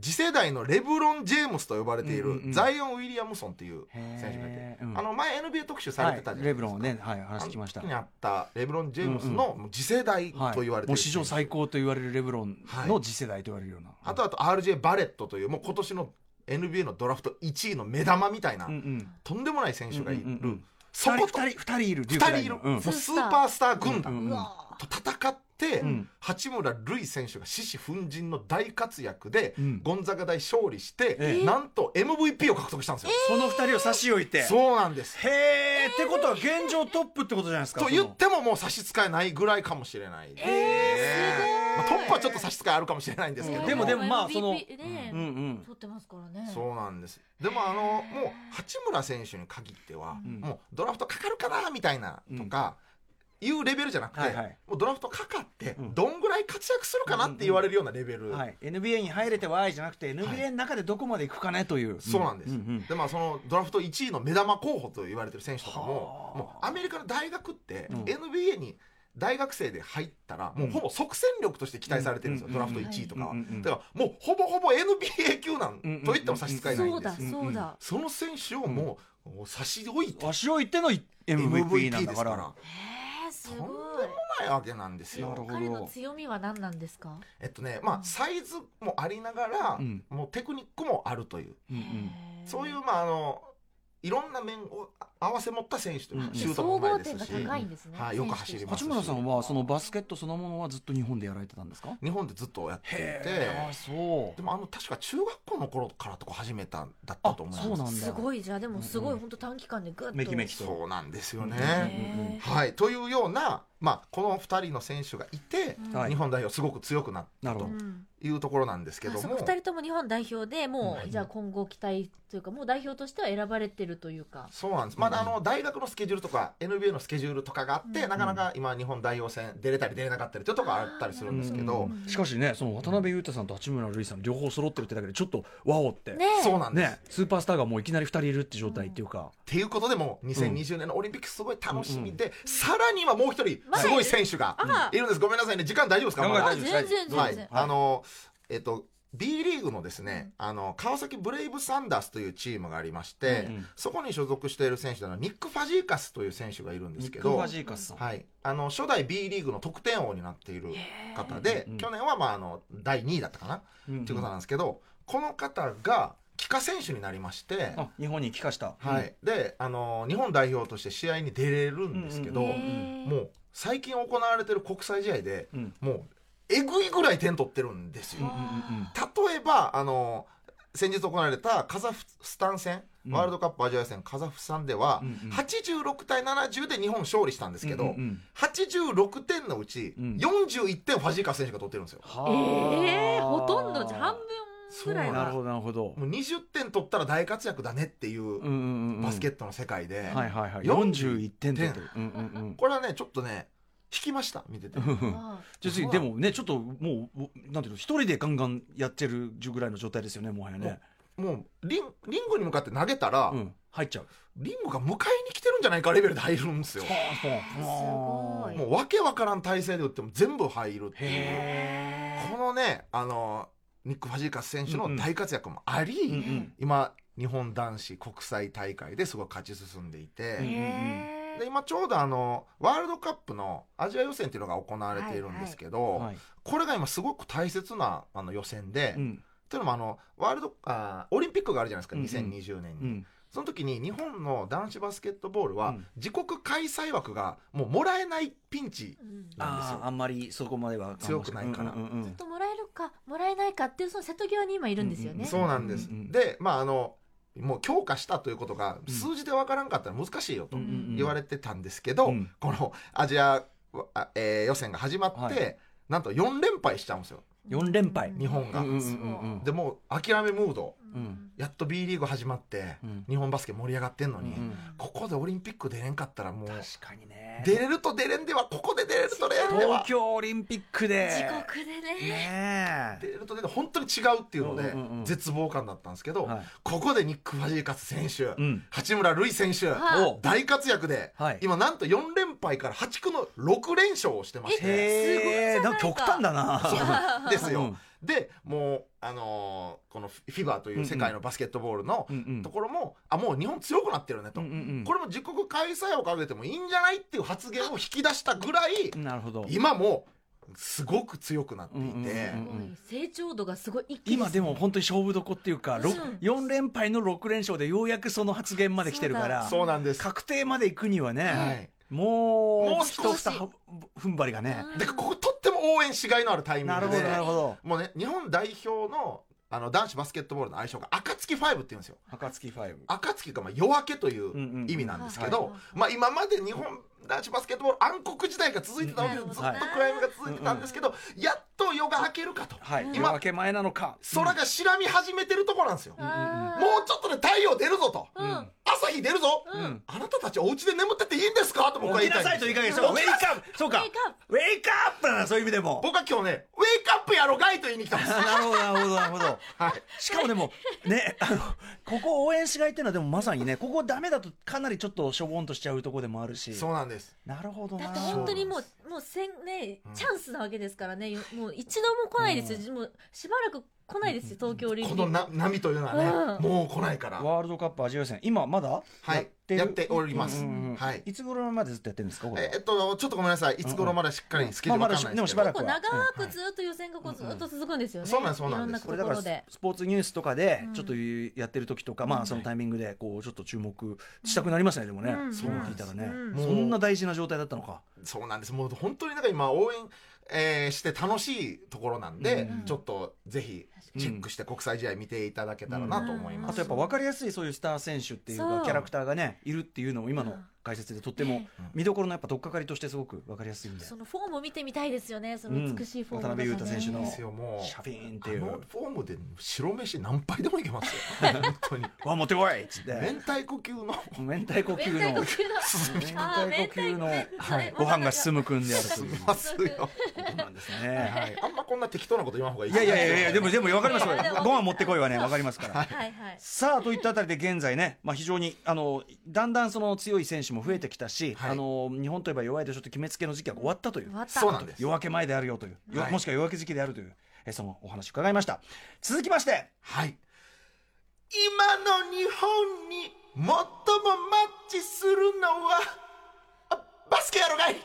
[SPEAKER 3] 次世代のレブロン・ジェームスと呼ばれている、
[SPEAKER 4] うんうんうん
[SPEAKER 3] ザイオン・ウィリアムソンっていう
[SPEAKER 4] へー
[SPEAKER 3] 選手がいて、
[SPEAKER 4] うん
[SPEAKER 3] あの前 NBA 特集されてたじゃ
[SPEAKER 4] はい、
[SPEAKER 3] な
[SPEAKER 4] レ
[SPEAKER 3] い
[SPEAKER 4] ブ
[SPEAKER 3] ですか、
[SPEAKER 4] ロンをねはい話聞きました
[SPEAKER 3] あの時にあったレブロン・ジェームスのもう次世代
[SPEAKER 4] はい、
[SPEAKER 3] と言われている、
[SPEAKER 4] もう史上最高と言われるレブロンの次世代と言われるような、
[SPEAKER 3] あとあと RJ ・バレットというもう今年の NBA のドラフト1位の目玉みたいな、
[SPEAKER 4] うんうん、
[SPEAKER 3] とんでもない選手がいる、
[SPEAKER 4] うんうんうん
[SPEAKER 3] そこと
[SPEAKER 4] 二人二人いるデュー
[SPEAKER 3] 2
[SPEAKER 4] ク
[SPEAKER 3] 人いる、
[SPEAKER 4] うん
[SPEAKER 3] もうスーパースター軍
[SPEAKER 4] う
[SPEAKER 3] 団
[SPEAKER 4] ん
[SPEAKER 5] うわ
[SPEAKER 3] と戦って、
[SPEAKER 4] うん
[SPEAKER 3] 八村塁選手が獅子奮陣の大活躍で、
[SPEAKER 4] うん
[SPEAKER 3] ゴンザガ大勝利して、
[SPEAKER 4] ええ
[SPEAKER 3] なんと MVP を獲得したんですよ。
[SPEAKER 4] その二人を差し置いて
[SPEAKER 3] そうなんです。
[SPEAKER 4] へえってことは現状トップってことじゃないですか
[SPEAKER 3] と
[SPEAKER 4] その
[SPEAKER 3] 言ってももう差し支えないぐらいかもしれないですね、まあトップはちょっと差し支えあるかもしれないんですけど
[SPEAKER 4] でもでもまあ
[SPEAKER 5] MVP
[SPEAKER 4] その
[SPEAKER 5] ね
[SPEAKER 4] うんうん
[SPEAKER 5] 取ってますからね
[SPEAKER 3] そうなんですでもあのもう八村選手に限っては、
[SPEAKER 4] うん
[SPEAKER 3] もうドラフトかかるかなみたいなとか、いうレベルじゃなくて、
[SPEAKER 4] はいはい
[SPEAKER 3] もうドラフトかかって
[SPEAKER 4] うん
[SPEAKER 3] どんぐらい活躍するかなって言われるようなレベル、
[SPEAKER 4] はい、NBA に入れては Y じゃなくて NBA の中でどこまで行くかねという、
[SPEAKER 3] そうなんです、
[SPEAKER 4] うん
[SPEAKER 3] でまあそのドラフト1位の目玉候補と言われてる選手とかも
[SPEAKER 4] はあ
[SPEAKER 3] もうアメリカの大学って
[SPEAKER 4] うん
[SPEAKER 3] NBA に大学生で入ったらもうほぼ即戦力として期待されてるんですよ、
[SPEAKER 4] うん
[SPEAKER 3] ドラフト1位とかは、
[SPEAKER 4] うんうん
[SPEAKER 3] だからもうほぼほぼ NBA 級なん
[SPEAKER 4] うん
[SPEAKER 3] と言っても差し支えない
[SPEAKER 5] そ
[SPEAKER 3] ん
[SPEAKER 5] う
[SPEAKER 3] で
[SPEAKER 5] だ
[SPEAKER 3] す、
[SPEAKER 5] そうだ
[SPEAKER 3] その選手をもう,、差し置いて
[SPEAKER 4] うんわしを言っての MVP
[SPEAKER 3] MVP
[SPEAKER 4] なん
[SPEAKER 3] で
[SPEAKER 4] だ
[SPEAKER 3] すか
[SPEAKER 4] からら
[SPEAKER 5] えーす
[SPEAKER 3] とんでも
[SPEAKER 5] ごい
[SPEAKER 3] ないわけなんです
[SPEAKER 4] なる
[SPEAKER 3] よ
[SPEAKER 4] ほど
[SPEAKER 5] 彼の強みは何なんですか
[SPEAKER 3] えっとねまあサイズもありながら、
[SPEAKER 4] うん
[SPEAKER 3] もうテクニックもあるという
[SPEAKER 4] うんうん
[SPEAKER 5] へー
[SPEAKER 3] そういうまああのいろんな面を合わせ持った選手というか
[SPEAKER 4] うん
[SPEAKER 3] シュートもう
[SPEAKER 5] 総
[SPEAKER 3] ま
[SPEAKER 5] 合
[SPEAKER 3] いで
[SPEAKER 5] 点
[SPEAKER 3] す
[SPEAKER 5] が
[SPEAKER 3] し、
[SPEAKER 5] 高いんですね
[SPEAKER 3] はいよく走ります
[SPEAKER 4] 八村さんはそのバスケットそのものはずっと日本でやられてたんですか
[SPEAKER 3] 日本でずっとやって
[SPEAKER 4] へあ
[SPEAKER 3] て
[SPEAKER 4] そ
[SPEAKER 3] でもあの確か中学校の頃からとか始めたんだったと思います
[SPEAKER 4] あそうなんだ
[SPEAKER 5] すごいじゃあでもす
[SPEAKER 4] う
[SPEAKER 5] ご
[SPEAKER 4] んう
[SPEAKER 5] い
[SPEAKER 4] ん
[SPEAKER 5] 本当短期間でグッと
[SPEAKER 4] メキメキ
[SPEAKER 3] そうなんですよ
[SPEAKER 5] へ
[SPEAKER 3] ね、
[SPEAKER 5] ー
[SPEAKER 3] はいというような、まあ、この2人の選手がいて、
[SPEAKER 5] うん
[SPEAKER 4] はい
[SPEAKER 3] 日本代表すごく強くなっ
[SPEAKER 4] な
[SPEAKER 3] た
[SPEAKER 4] る
[SPEAKER 5] う
[SPEAKER 4] ほ
[SPEAKER 3] と
[SPEAKER 4] ど
[SPEAKER 5] ん
[SPEAKER 3] いうところなんですけ
[SPEAKER 5] あ
[SPEAKER 3] ど
[SPEAKER 5] そ
[SPEAKER 3] も
[SPEAKER 5] こ2人とも日本代表でも
[SPEAKER 3] は
[SPEAKER 5] う
[SPEAKER 3] い
[SPEAKER 5] じゃあ今後期待というかもう代表としては選ばれてるというか
[SPEAKER 3] そうなんですまだあの大学のスケジュールとか NBA のスケジュールとかがあって、
[SPEAKER 5] うん
[SPEAKER 3] なかなか今日本代表戦出れたり出れなかったりというところがあったりするんですけど、
[SPEAKER 5] うん
[SPEAKER 4] しかしねその渡辺裕太さんと八村塁さん両方揃ってるってだけでちょっとワオって
[SPEAKER 5] ねえ
[SPEAKER 3] そうなんです、
[SPEAKER 4] ねスーパースターがもういきなり二人いるって状態っていうか
[SPEAKER 3] っていうことでもう2020年のオリンピックすごい楽しみで、さらにはもう一人すごい選手が
[SPEAKER 5] あ
[SPEAKER 3] いるんですごめんなさいね時間大丈夫ですか
[SPEAKER 4] 頑張
[SPEAKER 3] まだ
[SPEAKER 5] あ
[SPEAKER 4] 大丈夫
[SPEAKER 5] 全
[SPEAKER 4] です
[SPEAKER 5] 然全然、
[SPEAKER 3] はい、あのえっと B リーグのですね、あの川崎ブレイブサンダースというチームがありまして、
[SPEAKER 4] うんうん
[SPEAKER 3] そこに所属している選手なのニック・ファジーカスという選手がいるんですけ
[SPEAKER 4] ニック
[SPEAKER 3] ど
[SPEAKER 4] ファジーカスさん
[SPEAKER 3] はい、あの初代 B リーグの得点王になっている方で、
[SPEAKER 4] うんうん
[SPEAKER 3] 去年は、まあ、あの第2位だったかな、
[SPEAKER 4] うん
[SPEAKER 3] ということなんですけどこの方が帰化選手になりまして、
[SPEAKER 4] あ日本に帰化した
[SPEAKER 3] はい、であの日本代表として試合に出れるんですけど、
[SPEAKER 4] うんうん
[SPEAKER 3] もう最近行われてる国際試合で
[SPEAKER 4] うん
[SPEAKER 3] もうえぐいぐらい点取ってるんです
[SPEAKER 4] うん
[SPEAKER 3] よ
[SPEAKER 4] うん。うん
[SPEAKER 3] 例えばあの先日行われたカザフスタン戦、
[SPEAKER 4] うん
[SPEAKER 3] ワールドカップアジア戦カザフスタンでは、
[SPEAKER 4] うんうん
[SPEAKER 3] 86対70で日本勝利したんですけど、
[SPEAKER 4] うんうんうん
[SPEAKER 3] 86点のうち
[SPEAKER 4] うん
[SPEAKER 3] 41点ファジーカス選手が取ってるんですよ。
[SPEAKER 4] は
[SPEAKER 5] ええー、ほとんどじゃ半分ぐらい
[SPEAKER 3] そう
[SPEAKER 4] な
[SPEAKER 5] は
[SPEAKER 4] るほどなるほど
[SPEAKER 3] もう20点取ったら大活躍だねっていうバ
[SPEAKER 4] バ
[SPEAKER 3] スケットの世界で、
[SPEAKER 4] はいはいはい41
[SPEAKER 3] 41
[SPEAKER 4] 点取
[SPEAKER 3] 点
[SPEAKER 4] ってるうんうんうん
[SPEAKER 3] これはねちょっとね引きました見てて。
[SPEAKER 5] あ
[SPEAKER 4] じゃあ次でもねちょっともうなんていうの一人でガンガンやってるぐらいの状態ですよねもはやね、
[SPEAKER 3] もうリンリングに向かって投げたら、
[SPEAKER 4] うん、入っちゃう
[SPEAKER 3] リングが迎えに来てるんじゃないかレベルで入るんですよ。
[SPEAKER 5] ごい
[SPEAKER 3] もうわけわからん体勢で打っても全部入るっていう
[SPEAKER 4] へ
[SPEAKER 3] このねあのニック・ファジーカス選手の大活躍もあり、
[SPEAKER 4] え、うんうん、
[SPEAKER 3] 今日本男子国際大会ですごい勝ち進んでいて。
[SPEAKER 4] うんうん
[SPEAKER 3] で今ちょうどあのワールドカップのアジア予選っていうのが行われているんですけど、
[SPEAKER 4] はい、
[SPEAKER 3] これが今すごく大切なあの予選で、
[SPEAKER 4] うん
[SPEAKER 3] というのもあのワールドあーオリンピックがあるじゃないですか、
[SPEAKER 4] うんうん
[SPEAKER 3] 2020年に、
[SPEAKER 4] うん
[SPEAKER 3] その時に日本の男子バスケットボール
[SPEAKER 4] う
[SPEAKER 3] は
[SPEAKER 4] ん
[SPEAKER 3] 自国開催枠がもうもらえないピンチ
[SPEAKER 5] うんちょ
[SPEAKER 3] なんです
[SPEAKER 4] あ
[SPEAKER 3] よ
[SPEAKER 4] ああんまりそこまでは
[SPEAKER 3] 強くないから
[SPEAKER 4] うんうんうん
[SPEAKER 5] っともらえるかもらえないかっていうその瀬戸際に今いるんですよね、
[SPEAKER 4] ん
[SPEAKER 3] そうなんです、
[SPEAKER 4] うんうん
[SPEAKER 3] でまああのもう強化したということが
[SPEAKER 4] うん
[SPEAKER 3] 数字でわからんかったら難しいよと
[SPEAKER 4] うんうんうん
[SPEAKER 3] 言われてたんですけど、
[SPEAKER 4] うん
[SPEAKER 3] このアジア、あえー予選が始まって、
[SPEAKER 4] はい
[SPEAKER 3] なんと4連敗しちゃうんですよ
[SPEAKER 4] 四連敗
[SPEAKER 3] 日本が、
[SPEAKER 4] うんうんうんうん
[SPEAKER 3] でもう諦めムード
[SPEAKER 4] うん
[SPEAKER 3] やっと B リーグ始まって、
[SPEAKER 4] うん
[SPEAKER 3] 日本バスケ盛り上がってんのに、
[SPEAKER 4] うんうん
[SPEAKER 3] ここでオリンピック出れんかったらもう
[SPEAKER 4] 確かにね
[SPEAKER 3] 出れると出れんではここで出れると出れんでは
[SPEAKER 4] 東京オリンピックで
[SPEAKER 5] 自国でね
[SPEAKER 4] ね
[SPEAKER 3] 出れると出れんで本当に違うっていうので、
[SPEAKER 4] うんうんうん
[SPEAKER 3] 絶望感だったんですけ
[SPEAKER 4] え
[SPEAKER 3] ど、
[SPEAKER 4] はい
[SPEAKER 3] ここでニック・ファジーカス選手、
[SPEAKER 4] うん
[SPEAKER 3] 八村塁選手、
[SPEAKER 5] はい
[SPEAKER 4] お
[SPEAKER 3] 大活躍で、
[SPEAKER 4] はい
[SPEAKER 3] 今なんと4連敗から破竹の6連勝をしてまして。
[SPEAKER 4] へえ
[SPEAKER 5] すごいじゃないか
[SPEAKER 4] んか極端だな
[SPEAKER 3] そうなんですよ、
[SPEAKER 4] うん
[SPEAKER 3] でもう、あのーこのフィバーという世界のバスケットボールの
[SPEAKER 4] うんうん
[SPEAKER 3] ところも、あもう日本強くなってるねと、
[SPEAKER 4] うんうんうん
[SPEAKER 3] これも自国開催をかけてもいいんじゃないっていう発言を引き出したぐらい
[SPEAKER 4] なるほど
[SPEAKER 3] 今もすごく強くなっていて、
[SPEAKER 4] うんうんうん
[SPEAKER 5] すごい成長度がすごい一気に
[SPEAKER 4] 今でも本当に勝負どこっていうか、ろ
[SPEAKER 5] うん
[SPEAKER 4] 4連敗の6連勝でようやくその発言まで来てるから
[SPEAKER 3] そうなんです、
[SPEAKER 4] 確定まで行くにはね、
[SPEAKER 3] はい
[SPEAKER 4] もう
[SPEAKER 3] もう
[SPEAKER 4] ひ
[SPEAKER 3] 少
[SPEAKER 4] と
[SPEAKER 5] し
[SPEAKER 4] ふた踏ん張りがね、
[SPEAKER 5] うん
[SPEAKER 3] でこことっても応援しがいのあるタイミン
[SPEAKER 4] なる
[SPEAKER 3] グ
[SPEAKER 4] ほど
[SPEAKER 3] で
[SPEAKER 4] なるほど
[SPEAKER 3] もうね日本代表のあの男子バスケットボールの愛称が「暁ファイブって言うんですよ
[SPEAKER 4] 暁ファイブ
[SPEAKER 3] 暁がまあ夜明けとい
[SPEAKER 4] うんうん
[SPEAKER 3] う意味なんですけ
[SPEAKER 5] はい
[SPEAKER 3] ど
[SPEAKER 5] はい、
[SPEAKER 3] まあ、今まで日本男子バスケットボール暗黒時代が続いてたわけで
[SPEAKER 5] うんうん
[SPEAKER 3] ずっと暗闇が続いてたんですけどやっと夜が明けるかと
[SPEAKER 4] はい
[SPEAKER 5] うん
[SPEAKER 4] 夜明け前なのか
[SPEAKER 3] 空が白み始めてるとこなんですよも
[SPEAKER 5] あー
[SPEAKER 3] うちょっとで太陽出るぞと
[SPEAKER 5] うん
[SPEAKER 4] う
[SPEAKER 5] うんん
[SPEAKER 3] 朝日出るぞ
[SPEAKER 4] うんうん
[SPEAKER 3] あなたたちお家で眠ってていいんですかと僕は
[SPEAKER 4] 起
[SPEAKER 3] 言
[SPEAKER 4] き
[SPEAKER 3] い
[SPEAKER 4] な
[SPEAKER 3] た
[SPEAKER 4] さ
[SPEAKER 3] い
[SPEAKER 4] い
[SPEAKER 3] ん
[SPEAKER 4] と
[SPEAKER 3] です
[SPEAKER 4] いい
[SPEAKER 3] よ
[SPEAKER 4] 加減にしてウェイクアップそうか
[SPEAKER 5] ウェイクアッ
[SPEAKER 4] ウェイクアップなんだそういう意味でも
[SPEAKER 3] 僕は今日ねウェイクアップやろがいと言いに来たんです
[SPEAKER 4] なるほどなるほどなるほど
[SPEAKER 3] はい
[SPEAKER 4] しかもでもねあのここ応援しがいっていうのはでもまさにねここダメだとかなりちょっとしょぼんとしちゃうとこでもあるし
[SPEAKER 3] そうなんです
[SPEAKER 4] なるほど
[SPEAKER 5] だ
[SPEAKER 4] な
[SPEAKER 5] って本当にも、
[SPEAKER 3] そう
[SPEAKER 5] もうせん、ね
[SPEAKER 3] うん、
[SPEAKER 5] チャンスなわけですからね、もう一度も来ないですよ、もうしばらく来ないですよ、東京オリンピ
[SPEAKER 3] こ
[SPEAKER 5] ッ
[SPEAKER 3] の
[SPEAKER 5] ク。
[SPEAKER 3] な波というのはね
[SPEAKER 5] うん
[SPEAKER 3] もう来ないから
[SPEAKER 4] ワールドカップアジア予選今まだ
[SPEAKER 3] はい
[SPEAKER 4] る
[SPEAKER 3] やっております
[SPEAKER 4] うんうんうん
[SPEAKER 3] はい
[SPEAKER 4] いつ頃までずっとやってるんですかこれは
[SPEAKER 3] えっとちょっとごめんなさいいつ頃まだしっかりスケジュールわかんないですけ
[SPEAKER 4] まあまだしでもしばら
[SPEAKER 3] ど
[SPEAKER 4] く
[SPEAKER 5] 結構長くずっと予選がこうずっと続くんですよね。
[SPEAKER 3] そうなんですそう
[SPEAKER 5] い
[SPEAKER 3] な
[SPEAKER 5] ろ
[SPEAKER 3] ん
[SPEAKER 5] ん
[SPEAKER 3] で
[SPEAKER 5] な
[SPEAKER 3] す
[SPEAKER 5] とこ
[SPEAKER 4] これだから
[SPEAKER 5] ろ
[SPEAKER 4] ス
[SPEAKER 5] で。
[SPEAKER 4] スポーツニュースとかで
[SPEAKER 5] うん
[SPEAKER 4] ちょっとやってる時とか、
[SPEAKER 5] う
[SPEAKER 4] まあ
[SPEAKER 5] ん
[SPEAKER 4] そのタイミングでこうちょっと注目したくなりますねでもね、
[SPEAKER 5] うん
[SPEAKER 4] そう聞いたらね、
[SPEAKER 5] うん
[SPEAKER 4] もうそんな大事な状態だったのか
[SPEAKER 3] そうなんですもう本当になんか今応援、えーして楽しいところなんで、
[SPEAKER 4] うん
[SPEAKER 3] ちょっとぜひチェックして国際試合見ていただけたらなと思います、
[SPEAKER 5] うん
[SPEAKER 4] あとやっぱ分かりやすいそういうスター選手っていう
[SPEAKER 5] そ
[SPEAKER 4] か
[SPEAKER 5] う
[SPEAKER 4] キャラクターがねいるっていうのも今
[SPEAKER 5] う
[SPEAKER 4] の
[SPEAKER 5] ん
[SPEAKER 4] 解説でとっても見どころのやっぱ取っかかりとしてすごく分かりやすいんで
[SPEAKER 5] そのフォーム見てみたいですよね、その美しいフォーム、
[SPEAKER 4] うん渡辺雄太選手の
[SPEAKER 3] ですよも
[SPEAKER 4] シャ
[SPEAKER 3] う
[SPEAKER 4] フィーンって
[SPEAKER 3] あ
[SPEAKER 4] いう
[SPEAKER 3] のフォームで白飯何杯でもいけます よ本当に
[SPEAKER 4] 「わ持ってこい!」っつって
[SPEAKER 3] 明太呼吸の
[SPEAKER 4] 明太呼
[SPEAKER 5] 明
[SPEAKER 4] 吸
[SPEAKER 5] 太
[SPEAKER 4] の
[SPEAKER 5] 呼吸の。あー
[SPEAKER 4] 明太呼吸の
[SPEAKER 5] 明太
[SPEAKER 4] はいご飯が進むくんであると
[SPEAKER 3] 進
[SPEAKER 4] い
[SPEAKER 3] み
[SPEAKER 4] う
[SPEAKER 3] ますよ、
[SPEAKER 4] ことなんです
[SPEAKER 3] は
[SPEAKER 4] ね。
[SPEAKER 3] い、あんまこんな適当なこと言わん方がいい
[SPEAKER 4] いやいやいやいやでも
[SPEAKER 3] で
[SPEAKER 4] でも分かりますよ
[SPEAKER 5] いやでも
[SPEAKER 4] ご飯持ってこいはね分かりますから。
[SPEAKER 5] はいはい。
[SPEAKER 4] さあといったあたりで現在ね、まあ、非常にあのだんだんその強い選手も増えてきたし、
[SPEAKER 3] はい
[SPEAKER 4] あの日本といえば弱いでちょっと決めつけの時期は終わったという
[SPEAKER 5] 終わった。
[SPEAKER 3] そうなんです
[SPEAKER 4] 夜明け前であるよという、よ
[SPEAKER 3] はい
[SPEAKER 4] もしくは夜明け時期であるという、えーそのお話伺いました続きまして
[SPEAKER 3] はい今の日本に最もマッチするのはあバスケやろがい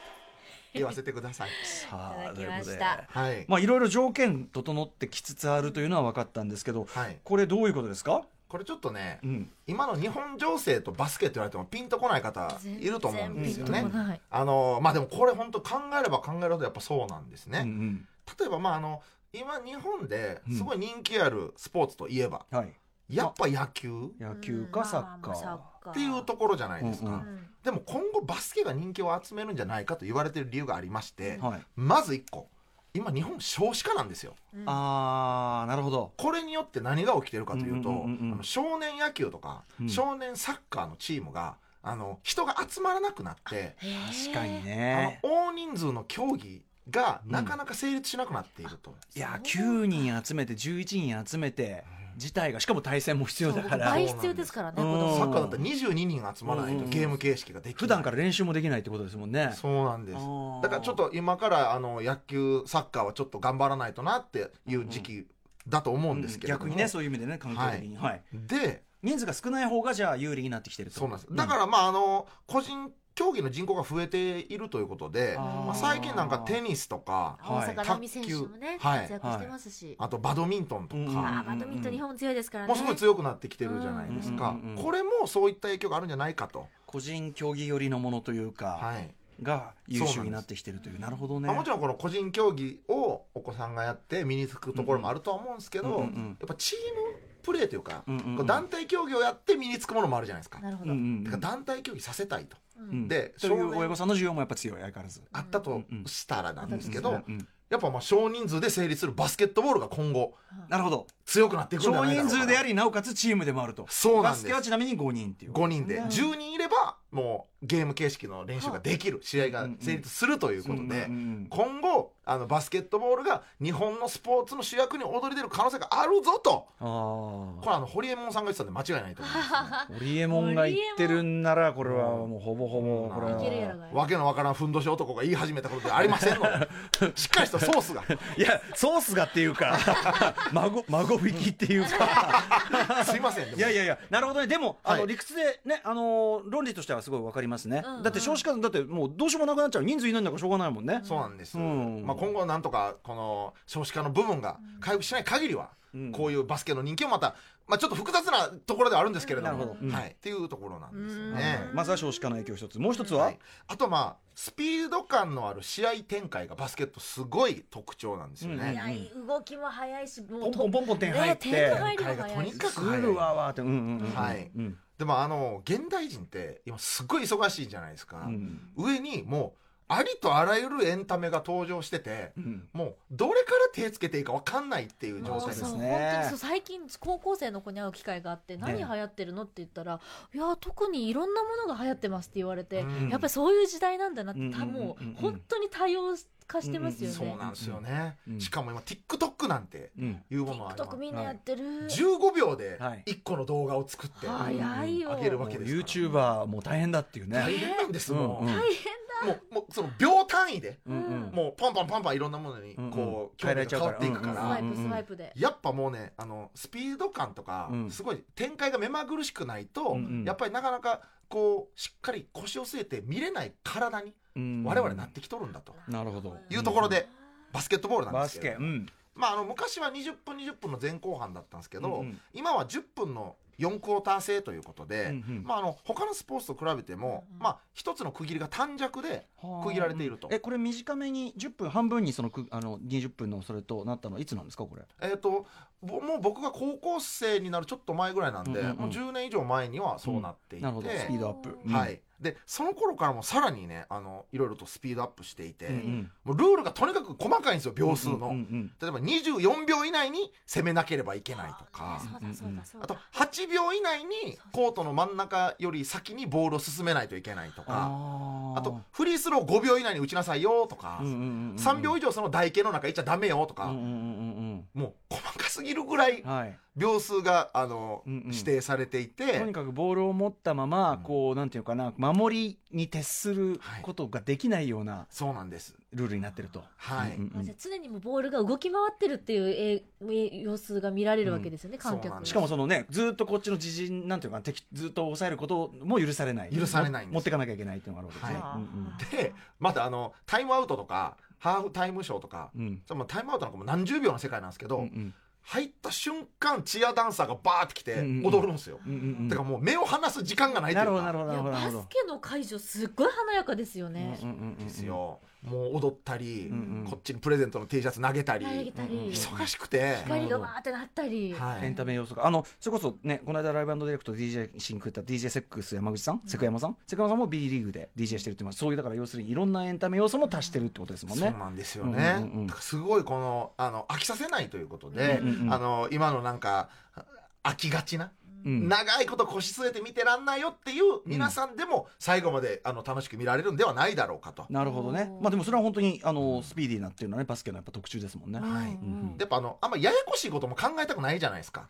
[SPEAKER 3] 言わせてください
[SPEAKER 4] さ
[SPEAKER 5] いただきました
[SPEAKER 4] ということで
[SPEAKER 3] はい、
[SPEAKER 4] まあいろいろ条件整ってきつつあるというのは分かったんですけど
[SPEAKER 3] はい、
[SPEAKER 4] これどういうことですか、
[SPEAKER 3] これちょっとね、
[SPEAKER 4] うん
[SPEAKER 3] 今の日本情勢とバスケって言われてもピンとこない方いると思うんですよ
[SPEAKER 5] 全然
[SPEAKER 3] ね
[SPEAKER 5] ピンとこない。
[SPEAKER 3] あのまあでもこれ本当考えれば考えるほどやっぱそうなんですね、
[SPEAKER 4] うんうん
[SPEAKER 3] 例えばまああの今日本ですごい人気あるスポーツといえば、
[SPEAKER 4] はい、
[SPEAKER 3] やっぱ野球
[SPEAKER 4] 野球かサッカー、
[SPEAKER 5] っ
[SPEAKER 3] っていうところじゃないですか、
[SPEAKER 4] うんうん
[SPEAKER 5] うん
[SPEAKER 3] でも今後バスケが人気を集めるんじゃないかと言われてる理由がありまして、
[SPEAKER 4] はい、
[SPEAKER 3] まず1個今日本少子化なんですよ
[SPEAKER 5] うん
[SPEAKER 4] あーなるほど
[SPEAKER 3] これによって何が起きてるかというと、
[SPEAKER 4] うんうんうんうん
[SPEAKER 3] あの少年野球とか、
[SPEAKER 4] うん
[SPEAKER 3] 少年サッカーのチームがあの人が集まらなくなって、
[SPEAKER 4] 確かに
[SPEAKER 3] あ
[SPEAKER 4] ね
[SPEAKER 3] の大人数の競技がなかなか成立しなくなっていると、
[SPEAKER 4] いや9人集めて11人集めて自体がしかも対戦も必要だから
[SPEAKER 5] 倍必要ですからね、
[SPEAKER 4] うん
[SPEAKER 5] 子供
[SPEAKER 3] サッカーだったら22人集まらないと
[SPEAKER 4] うん
[SPEAKER 3] ゲーム形式ができない、
[SPEAKER 4] 普段から練習もできないってことですもんね。
[SPEAKER 3] そうなんです
[SPEAKER 4] あー
[SPEAKER 3] だからちょっと今からあの野球サッカーはちょっと頑張らないとなっていう時期だと思うんですけれども、
[SPEAKER 4] 逆にねそういう意味でね環境的に、はい
[SPEAKER 3] で
[SPEAKER 4] 人数が少ない方がじゃあ有利になってきてると
[SPEAKER 3] そうなんですだからまああの個人競技の人口が増えているということで、
[SPEAKER 4] あー
[SPEAKER 3] まあ、最近なんかテニスとか
[SPEAKER 4] は
[SPEAKER 5] 大
[SPEAKER 4] い
[SPEAKER 5] 坂なおみ選手もね、
[SPEAKER 3] はい
[SPEAKER 5] 活躍してますし、
[SPEAKER 3] あとバドミントンと
[SPEAKER 4] うん
[SPEAKER 5] あ
[SPEAKER 3] か、
[SPEAKER 5] ーバドミントン日本強いですからね。
[SPEAKER 3] もうすごい強くなってきてるじゃないですか、
[SPEAKER 4] うんうんうんうん
[SPEAKER 3] これもそういった影響があるんじゃないかと、
[SPEAKER 4] 個人競技寄りのものというか、
[SPEAKER 3] はい
[SPEAKER 4] が優秀になってきてるというなるほどね
[SPEAKER 3] まあ、もちろんこの個人競技をお子さんがやって身につくところもあるとは思うんですけど、
[SPEAKER 4] うんうんうん
[SPEAKER 3] やっぱチームプレーというか、
[SPEAKER 4] うんうんうん
[SPEAKER 3] こう団体競技をやって身につくものもあるじゃないですか。
[SPEAKER 5] なるほ
[SPEAKER 4] うん
[SPEAKER 5] ど。
[SPEAKER 4] うん
[SPEAKER 3] だから団体競技させたいと、
[SPEAKER 5] うん
[SPEAKER 4] うん
[SPEAKER 3] で
[SPEAKER 4] という
[SPEAKER 3] 少年
[SPEAKER 4] 親御さんの需要もやっぱ強い相変わらず
[SPEAKER 3] あったと
[SPEAKER 4] うんうん
[SPEAKER 3] したらなんですけど、
[SPEAKER 4] うんうん
[SPEAKER 3] やっぱまあ少人数で成立するバスケットボールが今後
[SPEAKER 4] なるほど
[SPEAKER 3] 強くなっていくんじゃ
[SPEAKER 4] 少
[SPEAKER 3] ないだろう
[SPEAKER 4] 人
[SPEAKER 3] かな
[SPEAKER 4] 数でありなおかつチームでもあると
[SPEAKER 3] そうなんです
[SPEAKER 4] バスケはちなみに5人っていう
[SPEAKER 3] 5人で、
[SPEAKER 4] うん
[SPEAKER 3] 10人いればもうゲーム形式の練習ができる、試合が成立するということで、
[SPEAKER 4] うんうんうん
[SPEAKER 3] 今後あのバスケットボールが日本のスポーツの主役に躍り出る可能性があるぞと
[SPEAKER 4] あー
[SPEAKER 3] これあの堀江門さんが言ってたんで間違いないと思います、
[SPEAKER 4] オリエモンが言ってるんならこれはもうほぼほぼこれ
[SPEAKER 5] いけるや
[SPEAKER 4] は
[SPEAKER 5] ろがい。
[SPEAKER 3] わけのわからんふんどし男が言い始めたことではありませんのでしっかりしたソースが
[SPEAKER 4] いやソースがっていうか 孫孫引きっていうか
[SPEAKER 3] すいませんでも
[SPEAKER 4] いやいやいやなるほどねでも、あ
[SPEAKER 3] は
[SPEAKER 4] の
[SPEAKER 3] い
[SPEAKER 4] 理屈でねあの論理としてはすごいわかりますね、
[SPEAKER 5] うんうん
[SPEAKER 4] だって少子化だってもうどうしようもなくなっちゃう人数いないんだからしょうがないもんね、
[SPEAKER 3] そうなんです、
[SPEAKER 4] うん
[SPEAKER 3] まあ、今後なんとかこの少子化の部分が回復しない限りは
[SPEAKER 4] うん
[SPEAKER 3] こういうバスケの人気をまたまあ、ちょっと複雑なところではあるんですけれど
[SPEAKER 4] なる
[SPEAKER 3] も
[SPEAKER 4] ほ、どうん
[SPEAKER 3] はい、っていうところなんですよね
[SPEAKER 5] う。ん
[SPEAKER 4] まずは少子化の影響一つもう一つは、
[SPEAKER 3] はいあとまあスピード感のある試合展開がバスケットすごい特徴なんですよ
[SPEAKER 4] うん
[SPEAKER 3] ね。
[SPEAKER 5] 早い動きも早いしも
[SPEAKER 4] ポ
[SPEAKER 5] う
[SPEAKER 4] ンポンポンポン点入って、
[SPEAKER 5] ね、点が入りも
[SPEAKER 3] 展開が
[SPEAKER 5] 早
[SPEAKER 3] と
[SPEAKER 5] い
[SPEAKER 3] に
[SPEAKER 5] し
[SPEAKER 3] かく
[SPEAKER 4] すぐわーわーってうんうんうん
[SPEAKER 3] はい
[SPEAKER 4] うん
[SPEAKER 3] でもあの現代人って今すごい忙しいじゃないです
[SPEAKER 4] う
[SPEAKER 3] か。
[SPEAKER 4] ん
[SPEAKER 3] 上にもうありとあらゆるエンタメが登場してて、
[SPEAKER 4] うん
[SPEAKER 3] もうどれから手つけていいかわかんないっていう
[SPEAKER 5] も
[SPEAKER 3] 状
[SPEAKER 5] う
[SPEAKER 3] 態です
[SPEAKER 5] そう
[SPEAKER 4] ね
[SPEAKER 5] 本当にそう最近高校生の子に会う機会があって何
[SPEAKER 4] ね
[SPEAKER 5] 流行ってるのって言ったら、いや特にいろんなものが流行ってますって言われて、
[SPEAKER 3] うん
[SPEAKER 5] やっぱりそういう時代なんだなって、
[SPEAKER 4] うんうんうんうん
[SPEAKER 5] もう本当に多様化してますよね、
[SPEAKER 3] そうなんですよね、
[SPEAKER 4] うん
[SPEAKER 3] しかも今 TikTok なんて
[SPEAKER 4] うん
[SPEAKER 3] いうものは
[SPEAKER 5] TikTok みんなやってる、
[SPEAKER 3] 15秒で
[SPEAKER 4] はい
[SPEAKER 3] 1個の動画を作って
[SPEAKER 4] い
[SPEAKER 3] あ
[SPEAKER 5] 早いよ、
[SPEAKER 3] 上げる
[SPEAKER 4] も
[SPEAKER 3] わ
[SPEAKER 4] う
[SPEAKER 3] けですから
[SPEAKER 4] YouTuber も大変だっていう
[SPEAKER 3] 大
[SPEAKER 4] ね
[SPEAKER 3] 変なんですもう,、
[SPEAKER 4] うんうん
[SPEAKER 5] 大
[SPEAKER 3] もうもうその秒単位で
[SPEAKER 4] うんうん
[SPEAKER 3] もうパンパンパンパンいろんなものに
[SPEAKER 4] うんうん
[SPEAKER 3] こう
[SPEAKER 4] 変
[SPEAKER 3] 興
[SPEAKER 4] えら
[SPEAKER 3] 味が
[SPEAKER 4] れちゃ
[SPEAKER 3] 変
[SPEAKER 4] うか
[SPEAKER 3] わ
[SPEAKER 4] ら
[SPEAKER 3] っていくか
[SPEAKER 5] 変だ、
[SPEAKER 3] ら
[SPEAKER 4] うんうん
[SPEAKER 5] スワイプスワイプで、
[SPEAKER 3] やっぱもうねあのスピード感とか
[SPEAKER 4] うん
[SPEAKER 3] すごい展開が目まぐるしくないと、
[SPEAKER 4] うんうん
[SPEAKER 3] やっぱりなかなかこうしっかり腰を据えて見れない体に
[SPEAKER 4] うん
[SPEAKER 3] 我々なってきとるんだと、
[SPEAKER 4] なるほど
[SPEAKER 3] いうところでバスケットボールなん
[SPEAKER 4] バ
[SPEAKER 3] です
[SPEAKER 4] ス
[SPEAKER 3] け
[SPEAKER 4] ケ
[SPEAKER 3] ど、
[SPEAKER 4] うん
[SPEAKER 3] まあ、あの昔は20分20分の前後半だったんですけど、
[SPEAKER 4] うんうん
[SPEAKER 3] 今は10分の4クォーター制ということで、
[SPEAKER 4] うんうん
[SPEAKER 3] まあ、あの他のスポーツと比べても、
[SPEAKER 5] うんうん
[SPEAKER 3] まあ、一つの区切りが短尺で
[SPEAKER 4] はあ
[SPEAKER 3] 区切られていると
[SPEAKER 4] えこれ短めに10分半分にそのくあの20分のそれとなったのはいつなんですかこれ
[SPEAKER 3] えー、とぼもう僕が高校生になるちょっと前ぐらいなんで、
[SPEAKER 4] うんうんうん
[SPEAKER 3] もう10年以上前にはそうなっていて、
[SPEAKER 4] なるほどスピードアップうん
[SPEAKER 3] はい、でその頃からもさらにねあのいろいろとスピードアップしていて、
[SPEAKER 4] うんうん
[SPEAKER 3] もうルールがとにかく細かいんですよ秒数の、
[SPEAKER 4] うんうん
[SPEAKER 3] 例えば24秒以内に攻めなければいけないとか
[SPEAKER 5] そうだそうだそうだ
[SPEAKER 3] あと8秒以内にコートの真ん中より先にボールを進めないといけないとか
[SPEAKER 4] あー
[SPEAKER 3] あとフリースロー5秒以内に打ちなさいよとか、
[SPEAKER 4] うんうんうんうん
[SPEAKER 3] 3秒以上その台形の中いっちゃダメよとか、
[SPEAKER 4] うんうんうんうん
[SPEAKER 3] もう細かすぎるぐらい
[SPEAKER 4] うんはい
[SPEAKER 3] 秒数があの、
[SPEAKER 4] うんうん
[SPEAKER 3] 指定されていて
[SPEAKER 4] とにかくボールを持ったまま、
[SPEAKER 3] うん
[SPEAKER 4] こうなんていうかな守りに徹する
[SPEAKER 3] はい
[SPEAKER 4] ことができないような
[SPEAKER 3] そうなんです
[SPEAKER 4] ルールになってると。
[SPEAKER 3] はい、
[SPEAKER 4] うんうん
[SPEAKER 5] あじゃあ常にもうボールが動き回ってるっていうええ様子が見られるわけですよね、観
[SPEAKER 3] そう
[SPEAKER 5] 客
[SPEAKER 3] なんです
[SPEAKER 4] しかもそのねずっとこっちの自陣なんていうかな敵ずっと抑えることも許されない
[SPEAKER 3] 許されないんです
[SPEAKER 4] 持ってかなきゃいけないっていうのがあるわけですね。
[SPEAKER 5] はい
[SPEAKER 3] でまたあのタイムアウトとかハーフタイムショーとか、
[SPEAKER 4] うんうん
[SPEAKER 3] そのタイムアウトなんかも何十秒の世界なんですけど、
[SPEAKER 4] うんうん
[SPEAKER 3] 入った瞬間チアダンサーがバーって来て
[SPEAKER 4] うんうん
[SPEAKER 3] 踊るんですよ、
[SPEAKER 4] うんうんうん
[SPEAKER 3] だからもう目を離す時間がないとい
[SPEAKER 4] な
[SPEAKER 3] う
[SPEAKER 4] る
[SPEAKER 3] か
[SPEAKER 4] ほどなるほど
[SPEAKER 5] い
[SPEAKER 4] な
[SPEAKER 5] や
[SPEAKER 4] る
[SPEAKER 5] バ
[SPEAKER 4] ほどなる
[SPEAKER 5] ス
[SPEAKER 4] ほ
[SPEAKER 5] ケ
[SPEAKER 4] ど。
[SPEAKER 5] の会場すっごい華やかですよね、
[SPEAKER 4] うんうんうんうん
[SPEAKER 3] ですよ、もう踊ったり、
[SPEAKER 4] うんうん
[SPEAKER 3] こっちにプレゼントの T シャツ投げたり、
[SPEAKER 5] 投げたり、
[SPEAKER 4] うんうん
[SPEAKER 3] 忙しくて、
[SPEAKER 4] うん
[SPEAKER 5] 光がわーってなったり、
[SPEAKER 3] はい
[SPEAKER 4] エンタメ要素があのそれこそねこの間ライブディレクトで DJ シンクった DJ セックス山口さん、セクヤマさんセクヤマさんも B リーグで DJ してるっていうのはそういうだから要するにいろんなエンタメ要素も足してるってことですもん
[SPEAKER 3] そう
[SPEAKER 4] ね。
[SPEAKER 3] なんですよね、
[SPEAKER 4] うんうんうん
[SPEAKER 3] だからすごいこのあの飽きさせないということで、
[SPEAKER 4] うんうんうん
[SPEAKER 3] あの今のなんか飽きがちな、
[SPEAKER 4] うん
[SPEAKER 3] 長いこと腰据えて見てらんないよっていう皆さんでも最後まであの楽しく見られるんではないだろうかと。
[SPEAKER 4] なるほどね
[SPEAKER 5] お。ー
[SPEAKER 4] まあでもそれは本当にあのスピーディーなっていうのはねバスケのやっぱ特徴ですもんね。
[SPEAKER 5] うん
[SPEAKER 3] はい
[SPEAKER 5] うん
[SPEAKER 3] やっぱあのあんまややこしいことも考えたくないじゃないですか。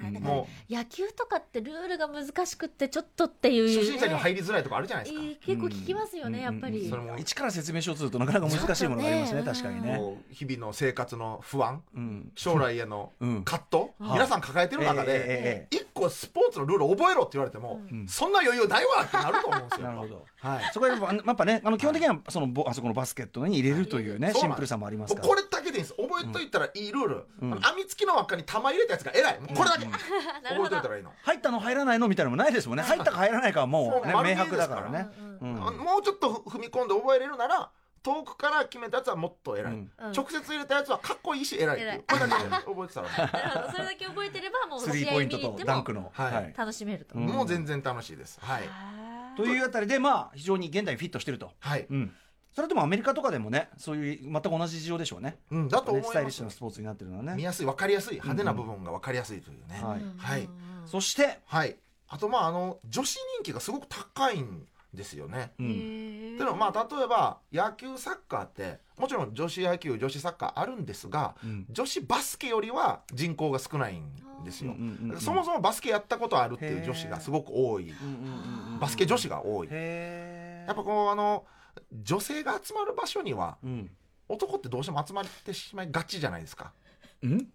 [SPEAKER 5] だから
[SPEAKER 3] も
[SPEAKER 5] 野球とかってルールが難しくってちょっとっていうう、
[SPEAKER 3] 初心者には入りづらいとかあるじゃないですか。
[SPEAKER 5] えー結構聞きますよね、
[SPEAKER 4] うん
[SPEAKER 5] やっぱり、
[SPEAKER 4] うん
[SPEAKER 3] それも
[SPEAKER 4] 一から説明しようとするとなかなか難しいものがありますね
[SPEAKER 5] ちょっ
[SPEAKER 4] 確
[SPEAKER 5] と
[SPEAKER 4] か
[SPEAKER 5] ね
[SPEAKER 4] にね。
[SPEAKER 3] こう日々の生活の不安、
[SPEAKER 4] うん。
[SPEAKER 3] 将来への
[SPEAKER 4] うん
[SPEAKER 3] 葛藤、
[SPEAKER 4] うん
[SPEAKER 3] 皆さん抱えてる中
[SPEAKER 4] ええ
[SPEAKER 3] で、
[SPEAKER 4] えええ
[SPEAKER 3] 一個スポーツのルールを覚えろって言われても、
[SPEAKER 4] うん
[SPEAKER 3] そんな余裕ないわってなると思うんです
[SPEAKER 4] え
[SPEAKER 3] よ。
[SPEAKER 4] なるほど。
[SPEAKER 3] はい。
[SPEAKER 4] そこはやっぱやっぱねあの基本的にはそのボあそこのバスケットに入れるというね
[SPEAKER 3] そう
[SPEAKER 4] シ
[SPEAKER 3] なんで
[SPEAKER 4] ン
[SPEAKER 3] す
[SPEAKER 4] プルさもあります
[SPEAKER 3] もう
[SPEAKER 4] から。
[SPEAKER 3] これだけでいいんです覚えといたらいいルール、
[SPEAKER 4] うん
[SPEAKER 3] あの網付きの輪っかに玉入れたやつが偉いもうこれだけ、
[SPEAKER 5] あなる
[SPEAKER 3] 覚え
[SPEAKER 5] ほ
[SPEAKER 3] と
[SPEAKER 5] ど
[SPEAKER 3] いたらいいの、
[SPEAKER 4] 入ったの入らないのみたいなのもないですもんね入ったか入らないかはもう、ね
[SPEAKER 3] そう、
[SPEAKER 4] 明白だからね。
[SPEAKER 5] うん
[SPEAKER 4] うん
[SPEAKER 3] あのもうちょっとふ踏み込んで覚えれるなら遠くから決めたやつはもっと偉い、
[SPEAKER 4] うん
[SPEAKER 5] うん
[SPEAKER 3] 直接入れたやつはかっこいいし偉いっていう
[SPEAKER 5] 偉い
[SPEAKER 3] これだけで覚えてたら、
[SPEAKER 5] なるほどそれだけ覚えてればもう
[SPEAKER 4] スリ
[SPEAKER 5] 試
[SPEAKER 4] ー
[SPEAKER 5] 合
[SPEAKER 4] ポ
[SPEAKER 5] 見
[SPEAKER 4] イ
[SPEAKER 5] に
[SPEAKER 4] ント
[SPEAKER 5] 行っ
[SPEAKER 4] と
[SPEAKER 5] て
[SPEAKER 4] ダン
[SPEAKER 5] も
[SPEAKER 4] クの。
[SPEAKER 3] はい
[SPEAKER 5] 楽しめると、
[SPEAKER 4] うん
[SPEAKER 3] もう全然楽しいですはい、
[SPEAKER 5] あー
[SPEAKER 4] というあたりでまあ非常に現代にフィットしてると。
[SPEAKER 3] はい
[SPEAKER 4] うん。それともアメリカとかでもねそういう全く同じ事情でしょうね。
[SPEAKER 3] うん、だと
[SPEAKER 4] ね
[SPEAKER 3] 思
[SPEAKER 4] スタイ
[SPEAKER 3] いま
[SPEAKER 4] リッシ
[SPEAKER 3] す
[SPEAKER 4] ュなスポーツになってるのは
[SPEAKER 3] 見
[SPEAKER 4] ね。
[SPEAKER 3] やすい分かりやすい派手な部分が分かりやすいというね、
[SPEAKER 4] は
[SPEAKER 5] う
[SPEAKER 4] い
[SPEAKER 5] んうんうん
[SPEAKER 3] はい
[SPEAKER 4] そして、
[SPEAKER 3] はいあとまああの女子人気がすごく高いんですよね、
[SPEAKER 4] う
[SPEAKER 5] へ
[SPEAKER 4] ん、
[SPEAKER 5] ー
[SPEAKER 3] でもまあ例えば野球サッカーってもちろん女子野球女子サッカーあるんですが、
[SPEAKER 4] うん
[SPEAKER 3] 女子バスケよりは人口が少ないんですよ、
[SPEAKER 4] うんうんうんうん
[SPEAKER 3] だからそもそもバスケやったことあるっていう女子がすごく多いバスケ女子が多い、
[SPEAKER 4] へえ
[SPEAKER 3] やっぱこうあの女性が集まる場所には
[SPEAKER 4] うん
[SPEAKER 3] 男ってどうしても集まってしまいがちじゃないですか
[SPEAKER 4] うん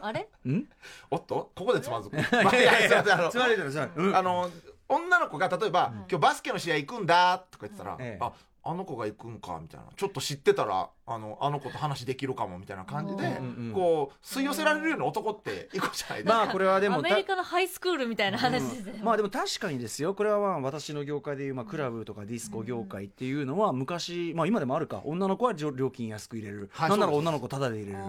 [SPEAKER 5] あれ
[SPEAKER 4] うん
[SPEAKER 3] おっとここでつま ずく、まあい やいやすいませんあの
[SPEAKER 4] つまれてるつまれてる
[SPEAKER 3] あの女の子が例えば、今日バスケの試合行くんだ」とか言ってたら「
[SPEAKER 4] ええ
[SPEAKER 3] ああの子が行くんか」みたいなちょっと知ってたらあのあの子と話できるかもみたいな感じで、
[SPEAKER 5] うん
[SPEAKER 4] うんうん
[SPEAKER 3] こう吸い寄せられるような男っていくじゃないですか。
[SPEAKER 4] まあこれはで
[SPEAKER 5] ア
[SPEAKER 4] も
[SPEAKER 5] メ
[SPEAKER 4] た
[SPEAKER 5] リカのハイスクールみたいな話ですね、
[SPEAKER 4] まあでも確かにですよこれはまあ私の業界でいうまあクラブとかディスコ業界っていうのは昔、まあ、今でもあるか女の子は料料金安く入れる、
[SPEAKER 3] はい
[SPEAKER 4] なんなら
[SPEAKER 3] そうです
[SPEAKER 4] 女の子タダで入れる
[SPEAKER 5] あ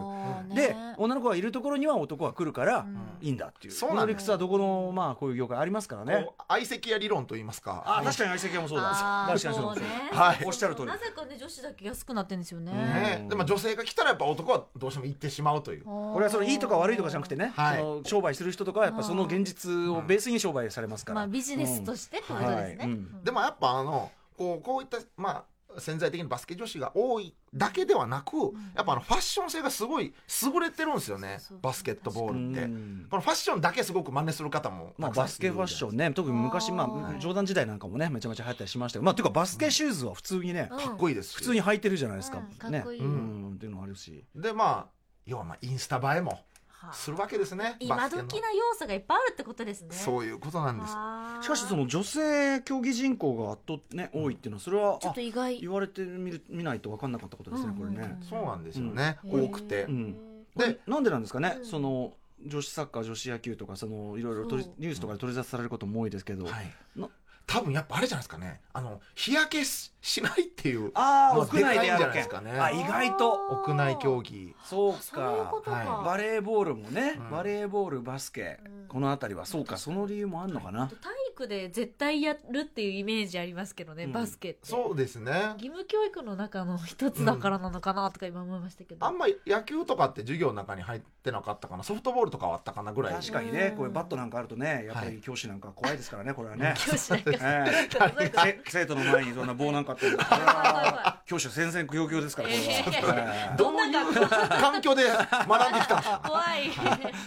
[SPEAKER 5] ーね
[SPEAKER 4] で女の子がいるところには男は来るから
[SPEAKER 5] うん
[SPEAKER 4] いいんだっていう、
[SPEAKER 3] そう
[SPEAKER 4] こ
[SPEAKER 3] な
[SPEAKER 4] の
[SPEAKER 3] んだ
[SPEAKER 4] 理屈はどこのまあこういう業界ありますからね
[SPEAKER 3] こう相席屋理論と言いますか。
[SPEAKER 4] あ確かに相席屋もそうだ
[SPEAKER 5] あー
[SPEAKER 4] 確かにそうだ
[SPEAKER 5] そうね
[SPEAKER 3] はい
[SPEAKER 4] おっしゃる通り
[SPEAKER 5] なぜかね女子だけ安くなってんですよね、
[SPEAKER 4] ね
[SPEAKER 3] ね、でまあ女性が来たらやっぱ男はどうしても行ってしまうという。
[SPEAKER 5] こ
[SPEAKER 4] これはそのいいとか悪いとかじゃなくてね、
[SPEAKER 3] はい
[SPEAKER 4] その商売する人とかはやっぱその現実をベースに商売されますか
[SPEAKER 5] ま
[SPEAKER 4] ら、
[SPEAKER 5] あビジネスとしてってことですね、
[SPEAKER 4] うんはい
[SPEAKER 3] でもやっぱあのこうこういったまあ潜在的にバスケ女子が多いだけではなく、やっぱあのファッション性がすごい優れてるんですよね
[SPEAKER 5] そうそう
[SPEAKER 3] バスケットボールって、
[SPEAKER 4] うん
[SPEAKER 3] このファッションだけすごく真似する方も
[SPEAKER 4] まあ、
[SPEAKER 3] たくさん
[SPEAKER 4] バスケファッションね特に昔、
[SPEAKER 5] あー
[SPEAKER 4] まあ、冗談時代なんかもねめちゃめちゃ流行ったりしましたけど、まあ、ていうかバスケシューズは普通にね、
[SPEAKER 5] うん
[SPEAKER 3] かっこいいですし
[SPEAKER 4] 普通に履いてるじゃないですか、
[SPEAKER 5] うんか
[SPEAKER 4] ね
[SPEAKER 5] っこいい
[SPEAKER 4] うん、っていうのもあるし
[SPEAKER 3] でまあ要はまあインスタ映えも
[SPEAKER 5] はあ
[SPEAKER 3] するわけですね
[SPEAKER 5] 今
[SPEAKER 3] バスケ
[SPEAKER 5] 時
[SPEAKER 3] の
[SPEAKER 5] な要素がいっぱいあるってことですね
[SPEAKER 3] そういうことなんです
[SPEAKER 5] あー
[SPEAKER 4] しかしその女性競技人口が圧倒ね多いっていうのはそれは
[SPEAKER 5] ちょっと
[SPEAKER 4] あ
[SPEAKER 5] 意外
[SPEAKER 4] 言われてみる見ないと分かんなかったことですね、これね。
[SPEAKER 3] そうなんですよね、
[SPEAKER 5] うん
[SPEAKER 3] 多くて、
[SPEAKER 4] うん
[SPEAKER 3] で
[SPEAKER 4] なんでなんですかね、
[SPEAKER 5] うん
[SPEAKER 4] その女子サッカー女子野球とかそのいろいろ取り
[SPEAKER 5] そう
[SPEAKER 4] ニュースとかで取り沙汰されることも多いですけど、
[SPEAKER 3] はい
[SPEAKER 4] な
[SPEAKER 3] 多分やっぱあれじゃないですかねあの日焼けししないっていう
[SPEAKER 4] ああ
[SPEAKER 3] もう
[SPEAKER 4] 屋内で
[SPEAKER 3] でかいん
[SPEAKER 4] やる
[SPEAKER 3] じゃないで
[SPEAKER 4] け
[SPEAKER 3] すかね
[SPEAKER 4] あ意外と
[SPEAKER 3] 屋内競技
[SPEAKER 4] そう
[SPEAKER 5] そういう
[SPEAKER 4] か
[SPEAKER 5] ことか、
[SPEAKER 3] はい
[SPEAKER 4] バレーボールもね、
[SPEAKER 3] うん
[SPEAKER 4] バレーボールバスケ、
[SPEAKER 5] うん
[SPEAKER 4] この辺りはそうかその理由もあるのかな、
[SPEAKER 5] 体育で絶対やるっていうイメージありますけどね、
[SPEAKER 4] うん
[SPEAKER 5] バスケって
[SPEAKER 3] そうですね
[SPEAKER 5] 義務教育の中の一つだからなのかなとか今思いましたけど、
[SPEAKER 3] あんまり野球とかって授業の中に入ってなかったかなソフトボールとかはあったかなぐらい
[SPEAKER 4] 確かにね、
[SPEAKER 5] うん
[SPEAKER 4] こういうバットなんかあるとねやっ
[SPEAKER 3] は
[SPEAKER 4] ぱり教師なんか怖いですからねこれはね、
[SPEAKER 5] 教師なんか
[SPEAKER 4] え
[SPEAKER 5] ちょっとなん
[SPEAKER 4] え
[SPEAKER 5] か
[SPEAKER 4] せ生徒の前にそんな棒なんかあってこれ
[SPEAKER 5] 怖い怖
[SPEAKER 4] は教師は戦々恐々ですからこれ は、ええ
[SPEAKER 3] どういう環境で学んでき たんですか
[SPEAKER 5] 怖い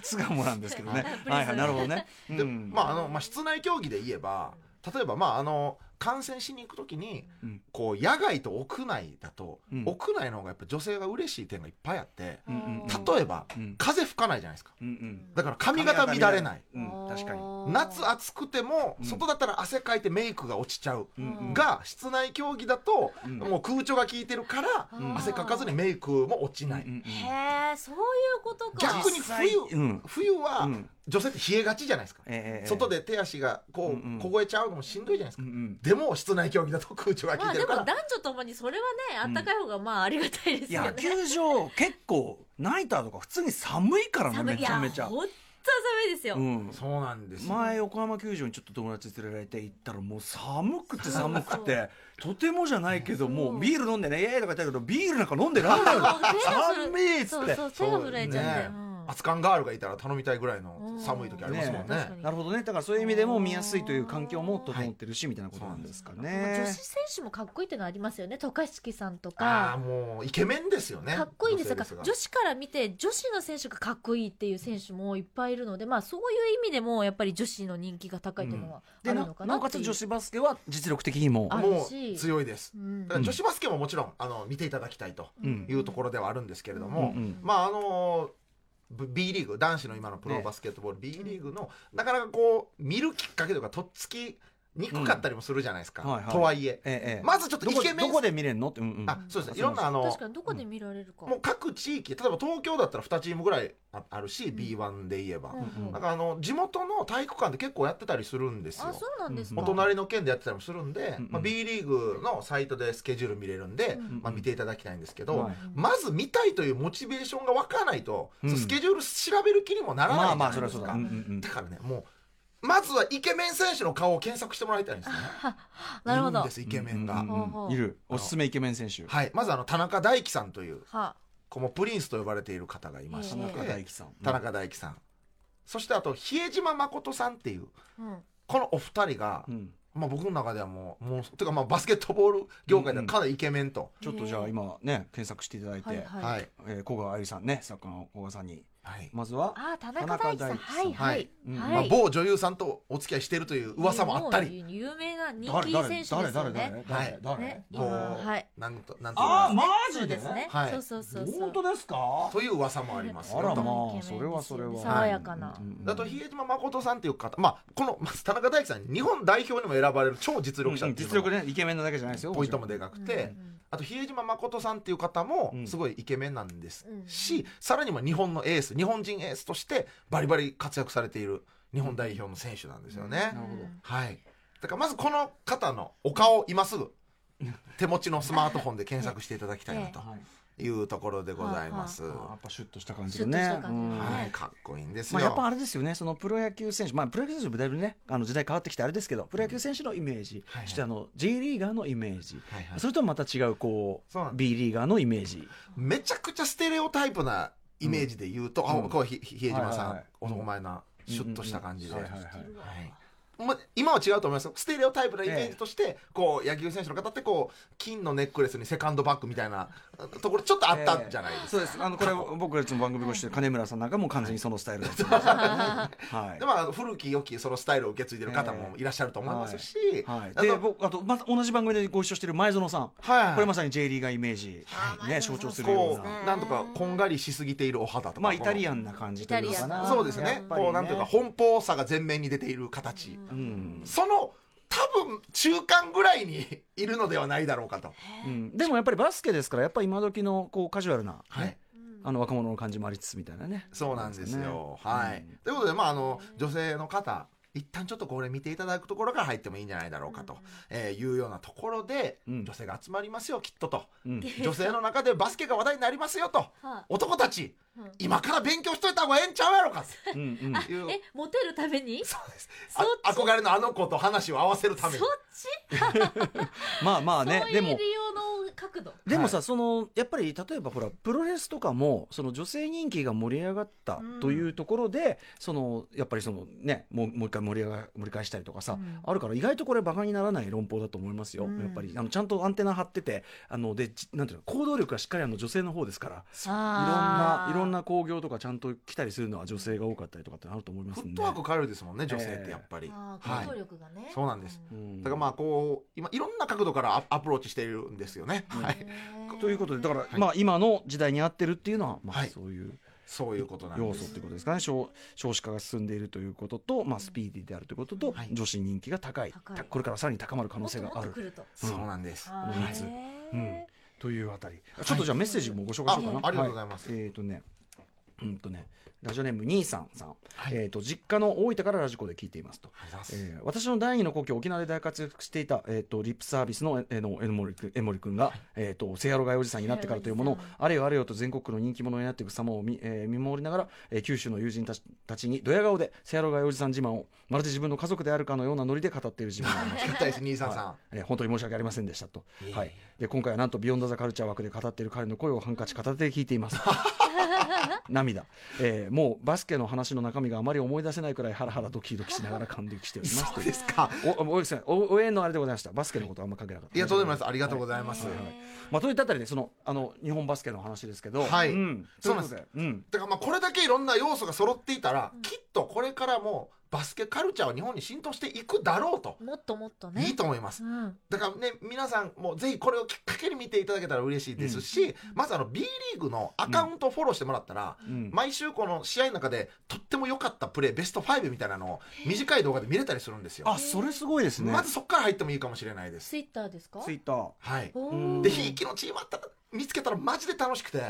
[SPEAKER 4] 巣鴨なんですけどね。
[SPEAKER 5] プリズン
[SPEAKER 4] はいはい、なるほどね。
[SPEAKER 3] で
[SPEAKER 4] うん
[SPEAKER 3] まああのまあ、室内競技で言えば例えば、まあ、あの観戦しに行くときに、
[SPEAKER 4] うん
[SPEAKER 3] こう野外と屋内だと、
[SPEAKER 4] うん
[SPEAKER 3] 屋内の方がやっぱ女性が嬉しい点がいっぱいあって、
[SPEAKER 4] うんうんうん
[SPEAKER 3] 例えば、
[SPEAKER 4] うん
[SPEAKER 3] 風吹かないじゃないですか
[SPEAKER 4] うんうん
[SPEAKER 3] だから髪型乱れない。
[SPEAKER 4] うん、確かに。
[SPEAKER 3] 夏
[SPEAKER 5] あ
[SPEAKER 3] 暑くても、
[SPEAKER 4] うん
[SPEAKER 3] 外だったら汗かいてメイクが落ちちゃう、
[SPEAKER 4] うんうん
[SPEAKER 3] が室内競技だと、
[SPEAKER 4] うん
[SPEAKER 3] もう空調が効いてるから、
[SPEAKER 4] ん
[SPEAKER 3] 汗かかずにメイクも落ちない、
[SPEAKER 4] うんうん
[SPEAKER 5] へえそういうことか
[SPEAKER 3] 逆に
[SPEAKER 4] 実際
[SPEAKER 3] 冬、
[SPEAKER 4] うん
[SPEAKER 3] 冬は
[SPEAKER 4] うん
[SPEAKER 3] 女性って冷えがちじゃないですか、
[SPEAKER 4] ええ
[SPEAKER 3] 外。で手足がこう、
[SPEAKER 4] うんうん
[SPEAKER 3] 凍えちゃうのもしんどいじゃないです
[SPEAKER 4] う
[SPEAKER 3] か、
[SPEAKER 4] んうん
[SPEAKER 3] でも室内競技だと 空調が効
[SPEAKER 5] ま
[SPEAKER 3] い
[SPEAKER 5] あ
[SPEAKER 3] て
[SPEAKER 5] で
[SPEAKER 3] る
[SPEAKER 5] も
[SPEAKER 3] から、
[SPEAKER 5] 男女ともにそれはねあったかい方がまあありがたいですよね
[SPEAKER 4] 野球場、結構、ナイターとか普通に寒いからね、
[SPEAKER 5] 寒い
[SPEAKER 4] め
[SPEAKER 5] い
[SPEAKER 4] ちゃ
[SPEAKER 5] や
[SPEAKER 4] めちゃ。
[SPEAKER 5] 本当寒いですよ、
[SPEAKER 4] うん。
[SPEAKER 3] そうなんですよ
[SPEAKER 4] 前横浜球場にちょっと友達連れられて行ったらもう寒くて寒くてとてもじゃないけどもうビール飲んでねイエーイとか言ったけどビールなんか飲んでないのよ
[SPEAKER 5] そう手が震え
[SPEAKER 4] 寒いっつ
[SPEAKER 5] そ
[SPEAKER 4] っ
[SPEAKER 5] う
[SPEAKER 4] て
[SPEAKER 5] そう手が震えちゃって、
[SPEAKER 3] そう
[SPEAKER 5] う
[SPEAKER 3] ね
[SPEAKER 5] ん
[SPEAKER 3] 熱燗ガールがいたら頼みたいぐらいの寒い時ありますもんね
[SPEAKER 5] うんね
[SPEAKER 4] なるほどねだからそういう意味でも見やすいという環境も整ってるしみたいなことなんですかね
[SPEAKER 5] 女子選手もかっこいいってのありますよね渡嘉敷さんと
[SPEAKER 3] ああ
[SPEAKER 5] か
[SPEAKER 3] もうイケメンですよね
[SPEAKER 5] かっこいいです
[SPEAKER 3] 女
[SPEAKER 5] だ
[SPEAKER 3] 性
[SPEAKER 5] から
[SPEAKER 3] が
[SPEAKER 5] 女子から見て女子の選手がかっこいいっていう選手もいっぱいいるのでまあそういう意味でもやっぱり女子の人気が高いというのはあ
[SPEAKER 4] で
[SPEAKER 5] る
[SPEAKER 4] な
[SPEAKER 5] のか
[SPEAKER 4] な
[SPEAKER 5] な
[SPEAKER 4] おか
[SPEAKER 5] ってい
[SPEAKER 4] つ
[SPEAKER 5] う
[SPEAKER 4] 女子バスケは実力的にも
[SPEAKER 5] あ
[SPEAKER 3] も
[SPEAKER 5] あるし
[SPEAKER 3] う強いです
[SPEAKER 5] うん
[SPEAKER 3] だから女子バスケももちろんあの見ていただきたいと
[SPEAKER 4] うん
[SPEAKER 3] いうところではあるんですけれども、
[SPEAKER 4] うんうん
[SPEAKER 3] まああの B リーグ男子の今のプロバスケットボール、B リーグのなかなかこう見るきっかけとかとっつきにくかったりもするじゃないですか、
[SPEAKER 4] うんはいはい
[SPEAKER 3] とはいえ、
[SPEAKER 4] ええ
[SPEAKER 3] まずちょっと
[SPEAKER 4] ど
[SPEAKER 3] イ
[SPEAKER 4] こ
[SPEAKER 3] ケメン
[SPEAKER 4] どこで見れんのって、うんうん、
[SPEAKER 3] あそうですねいろんなあの
[SPEAKER 5] 確かにどこで見られるか、
[SPEAKER 3] もう各地域例えば東京だったら2チームぐらいああるし、
[SPEAKER 5] ん
[SPEAKER 3] B1 で言えば、
[SPEAKER 5] うんうん
[SPEAKER 3] なんかあの地元の体育館で結構やってたりするんです
[SPEAKER 5] あ
[SPEAKER 3] よ
[SPEAKER 5] そうなんですか、
[SPEAKER 3] お隣の県でやってたりもするんで、
[SPEAKER 4] うんうん
[SPEAKER 3] まあ、B リーグのサイトでスケジュール見れるんで、
[SPEAKER 5] うん
[SPEAKER 3] まあ、見ていただきたいんですけど、
[SPEAKER 4] はい
[SPEAKER 3] まず見たいというモチベーションが湧かないと、
[SPEAKER 4] うん
[SPEAKER 3] そうスケジュール調べる気にもならないじゃな
[SPEAKER 4] まあまあ
[SPEAKER 3] い
[SPEAKER 4] それ
[SPEAKER 3] で
[SPEAKER 4] は
[SPEAKER 3] す
[SPEAKER 4] そう
[SPEAKER 3] か
[SPEAKER 4] だ、うんうん
[SPEAKER 3] だからねもうまずはイケメン選手の顔を検索してもらいたいんですね
[SPEAKER 5] なるほ
[SPEAKER 3] い
[SPEAKER 5] ど
[SPEAKER 3] るんですイケメンが、
[SPEAKER 4] うん
[SPEAKER 5] ほう
[SPEAKER 4] うん
[SPEAKER 5] ほ
[SPEAKER 4] うん
[SPEAKER 5] う
[SPEAKER 4] いるおすすめイケメン選手、
[SPEAKER 3] はいまずあの田中大輝さんという
[SPEAKER 5] は
[SPEAKER 3] このプリンスと呼ばれている方がいまして
[SPEAKER 5] 田中
[SPEAKER 4] 大輝さん
[SPEAKER 3] 田中大輝さんそしてあと比江島誠さんっていう
[SPEAKER 5] うん
[SPEAKER 3] このお二人が、
[SPEAKER 4] うん、
[SPEAKER 3] まあ、僕の中ではもうもうてかまあバスケットボール業界ではかなりイケメンと、
[SPEAKER 4] ちょっとじゃあ今ね検索していただいて、
[SPEAKER 5] はいはい、
[SPEAKER 3] はい、
[SPEAKER 4] えー、小川愛理さんね作家の小川さんに
[SPEAKER 3] はい
[SPEAKER 4] まずは
[SPEAKER 5] あー田中大輝さん
[SPEAKER 4] 田中大輝さん
[SPEAKER 5] はいは
[SPEAKER 3] はいい、
[SPEAKER 4] うん
[SPEAKER 5] はい
[SPEAKER 3] まあ、某女優さんとお付き合いしているという噂もあったり、
[SPEAKER 5] う有名な人
[SPEAKER 4] 誰
[SPEAKER 5] 気
[SPEAKER 4] 誰
[SPEAKER 5] 選手ですよね
[SPEAKER 4] 誰誰誰誰誰、
[SPEAKER 5] ね
[SPEAKER 3] こう
[SPEAKER 5] はい
[SPEAKER 3] なんとなんという
[SPEAKER 4] ああ
[SPEAKER 3] か
[SPEAKER 4] マ
[SPEAKER 5] そう
[SPEAKER 4] ジで
[SPEAKER 5] ですね、
[SPEAKER 3] はい
[SPEAKER 5] そうそうそうそう
[SPEAKER 4] 本当ですか
[SPEAKER 3] という噂もあります
[SPEAKER 4] あら
[SPEAKER 3] よと。
[SPEAKER 4] ま
[SPEAKER 5] イ
[SPEAKER 4] あ
[SPEAKER 5] ケメンです
[SPEAKER 4] そ
[SPEAKER 5] よね
[SPEAKER 4] れはそれは
[SPEAKER 5] 爽やかな
[SPEAKER 4] うんうんうん
[SPEAKER 3] あと比江島誠さんという方、まあ、このまず田中大輝さん日本代表にも選ばれる超実力者
[SPEAKER 4] う
[SPEAKER 3] っ
[SPEAKER 4] ん
[SPEAKER 3] ていう
[SPEAKER 4] 実
[SPEAKER 3] のも
[SPEAKER 4] 力ねイケメンなだけじゃないですよ
[SPEAKER 3] ポイントもでかくて、
[SPEAKER 5] うん
[SPEAKER 3] あと比江島誠さんっていう方も
[SPEAKER 4] うん
[SPEAKER 3] すごいイケメンなんです
[SPEAKER 5] うん
[SPEAKER 3] し、さらには日本のエース日本人エースとしてバリバリ活躍されている日本代表の選手なんですよね、
[SPEAKER 4] なるほど
[SPEAKER 3] はいだからまずこの方のお顔今す ぐ手持ちのスマートフォンで検索していただきたいなと
[SPEAKER 4] はい
[SPEAKER 3] いうところでございます、
[SPEAKER 4] あーやっぱシュッとした感じ
[SPEAKER 5] シ
[SPEAKER 4] で
[SPEAKER 5] ュッと
[SPEAKER 4] ね
[SPEAKER 5] した感じ
[SPEAKER 4] うん
[SPEAKER 5] ー
[SPEAKER 3] は
[SPEAKER 5] ね
[SPEAKER 3] い、かっこいいんですよ、
[SPEAKER 4] まあ、やっぱあれですよね、そのプロ野球選手、まあ、プロ野球選手もだいぶね、あの時代変わってきてあれですけど、プロ野球選手のイメージ、
[SPEAKER 3] はいはい
[SPEAKER 4] そしてあの J リーガーのイメージ、
[SPEAKER 3] はいはい
[SPEAKER 4] それともまた違うこう
[SPEAKER 3] そうなん
[SPEAKER 4] B リーガーのイメージ、
[SPEAKER 3] めちゃくちゃステレオタイプなイメージで言うと、
[SPEAKER 4] うん
[SPEAKER 3] あこうひひ比江島さん、
[SPEAKER 4] はいはいはい
[SPEAKER 3] 男前なシュッとした感じで、
[SPEAKER 4] うんうんうんはいはいはい
[SPEAKER 3] はいま今は違うと思いますよステレオタイプなイメージとして、こう野球選手の方ってこう金のネックレスにセカンドバッグみたいなところちょっとあったんじゃないですか、
[SPEAKER 4] そうです、あのこれ、僕たちの番組ごして金村さんなんかもう完全にそのスタイルだったんですよ はい
[SPEAKER 3] でまあ、古き良きそのスタイルを受け継いでる方もいらっしゃると思いますし、
[SPEAKER 4] はい、
[SPEAKER 3] あ
[SPEAKER 4] で
[SPEAKER 3] と
[SPEAKER 4] 僕あとまた同じ番組でご一緒してる前園さん、
[SPEAKER 3] はい
[SPEAKER 4] これまさに J リーガーイメージ、
[SPEAKER 5] はい
[SPEAKER 4] ね、象徴するよう
[SPEAKER 3] こ
[SPEAKER 4] な、
[SPEAKER 3] うなんとかこんがりしすぎているお肌とか
[SPEAKER 4] まあ、イタリ
[SPEAKER 3] ア
[SPEAKER 4] アンな感じというのか
[SPEAKER 5] イタリア
[SPEAKER 4] な
[SPEAKER 5] ン
[SPEAKER 3] そうです
[SPEAKER 4] や
[SPEAKER 3] ね
[SPEAKER 4] っぱり
[SPEAKER 3] こうなんというか奔放さが前面に出ている形、
[SPEAKER 4] うん
[SPEAKER 3] その多分中間ぐらいにいるのではないだろうかと。
[SPEAKER 4] うん、でもやっぱりバスケですからやっぱり今時のこうカジュアルな、ね
[SPEAKER 3] はい
[SPEAKER 4] あの若者の感じもありつつみたいなね
[SPEAKER 3] そうなんですよ。
[SPEAKER 4] ね
[SPEAKER 3] はい、
[SPEAKER 4] うん
[SPEAKER 3] ということで、まあ、あの女性の方一旦ちょっとこれ見ていただくところから入ってもいいんじゃないだろうかと、えーいうようなところで、
[SPEAKER 4] うん
[SPEAKER 3] 女性が集まりますよきっとと
[SPEAKER 4] うん
[SPEAKER 3] 女性の中でバスケが話題になりますよと
[SPEAKER 5] は
[SPEAKER 3] 男たち
[SPEAKER 5] うん
[SPEAKER 3] 今から勉強しといた方がええんちゃうやろかと
[SPEAKER 4] うんうん
[SPEAKER 3] い
[SPEAKER 5] あ
[SPEAKER 3] う
[SPEAKER 5] えモテるためにそ
[SPEAKER 3] そうです
[SPEAKER 5] そっ
[SPEAKER 3] あ憧れのあの子と話を合わせるた
[SPEAKER 5] っ
[SPEAKER 3] め
[SPEAKER 5] ち
[SPEAKER 3] に
[SPEAKER 4] まあまあね
[SPEAKER 5] そうい
[SPEAKER 4] で
[SPEAKER 5] う利
[SPEAKER 4] も
[SPEAKER 5] 用の角度
[SPEAKER 4] でもさ、そのやっぱり例えばほらプロレスとかもその女性人気が盛り上がった
[SPEAKER 5] うん
[SPEAKER 4] というところで、そのやっぱりそのねもうもう一回盛り上が盛り返したりとかさ、
[SPEAKER 5] うん
[SPEAKER 4] あるから意外とこれバカにならない論法だと思いますよ、
[SPEAKER 5] うん
[SPEAKER 4] やっぱりあのちゃんとアンテナ張っててあのでじなんていうの行動力がしっかりあの女性の方ですから
[SPEAKER 5] いろん
[SPEAKER 4] いろんないろんな興行とかちゃんと来たりするのは女性が多かったりとかってあると思いま
[SPEAKER 3] フ
[SPEAKER 4] すん
[SPEAKER 3] ッ
[SPEAKER 4] で
[SPEAKER 3] トワーク軽いですもんね女性ってやっぱり。
[SPEAKER 5] あ
[SPEAKER 3] は
[SPEAKER 5] ー
[SPEAKER 3] い
[SPEAKER 5] 行動力がね
[SPEAKER 3] そうなんです
[SPEAKER 4] うん
[SPEAKER 3] だからまあこう今いろんな角度からアアプローチしているんですよね。はい、
[SPEAKER 4] ということでだから、
[SPEAKER 3] い
[SPEAKER 4] まあ今の時代に合ってるっていうのは、まあ、
[SPEAKER 3] はい
[SPEAKER 4] そういう
[SPEAKER 3] そういうことなん
[SPEAKER 4] 要
[SPEAKER 3] で
[SPEAKER 4] 素
[SPEAKER 3] す
[SPEAKER 4] ということですかね少少子化が進んでいるということと、まあ、スピーディーであるということと、
[SPEAKER 3] はい
[SPEAKER 4] 女子人気が高い
[SPEAKER 5] 高い
[SPEAKER 4] たこれからさらに高まる可
[SPEAKER 5] 可
[SPEAKER 4] 能性がある
[SPEAKER 5] 来ると
[SPEAKER 4] うん
[SPEAKER 3] そうなんです。
[SPEAKER 5] あ
[SPEAKER 4] 思います
[SPEAKER 5] ーへ
[SPEAKER 4] というあたりちょっとじゃあメッセージもご紹介しようかな
[SPEAKER 3] あありがとうございます
[SPEAKER 4] はえっ、とねうんとねラジオネーム兄さんさん、
[SPEAKER 3] はい
[SPEAKER 4] えー、と実家の大分からラジコで聞いていますと
[SPEAKER 3] ありがとうございます
[SPEAKER 4] えー私の第二の故郷沖縄で大活躍していた、えー、とリップサービスのえーのえのもりくんえもり君が、えー、とせやろがいおじさんになってからというものを
[SPEAKER 5] せやろがいおじ
[SPEAKER 4] あれよあれよと全国区の人気者になっていく様を見,、えー見守りながら、えー九州の友人たちたちにドヤ顔でせやろがいおじさん自慢をまるで自分の家族であるかのようなノリで語っている自分が いました
[SPEAKER 3] ありがたいです兄さんさん。
[SPEAKER 4] はいえー本当に申し訳ありませんでしたと
[SPEAKER 3] いえい、え
[SPEAKER 4] はい、で今回はなんと「ビヨンド・ザ・カルチャー」枠で語っている彼の声をハンカチ片手で聞いています涙、えーもうバスケの話の中身があまり思い出せないくらいハラハラドキドキしながら感激しております
[SPEAKER 3] そうですか。
[SPEAKER 4] おおおさんお応援のあれでございましたバスケのことはあんま関係なかった
[SPEAKER 3] いやとうございます。ありがとうござい
[SPEAKER 5] ー
[SPEAKER 3] ます。
[SPEAKER 4] はいまあ、といったあたりでそのあの日本バスケの話ですけど、
[SPEAKER 3] はい
[SPEAKER 4] うん、
[SPEAKER 3] そうなんです
[SPEAKER 4] といことうん
[SPEAKER 3] だからまあこれだけいろんな要素が揃っていたら、きっとこれからもバスケカルチャーは日本に浸透していくだろうと。
[SPEAKER 5] もっともっとね
[SPEAKER 3] いいと思います。
[SPEAKER 5] うん
[SPEAKER 3] だからね、皆さんもぜひこれをきっかけに見ていただけたら嬉しいですし、まずあの B リーグのアカウントをフォローしてもらったら、
[SPEAKER 4] うん
[SPEAKER 3] 毎週この試合の中でとっても良かったプレー、ベスト5みたいなのを短い動画で見れたりするんですよ。
[SPEAKER 4] あそれすごいですね
[SPEAKER 3] まずそこから入ってもいいかもしれないです。
[SPEAKER 5] ツイッターですか
[SPEAKER 4] ツイッター
[SPEAKER 3] はい。
[SPEAKER 5] お
[SPEAKER 4] うん
[SPEAKER 5] ー
[SPEAKER 3] で、ひいきのチームあったら、見つけたらマジで楽しくて、
[SPEAKER 5] へ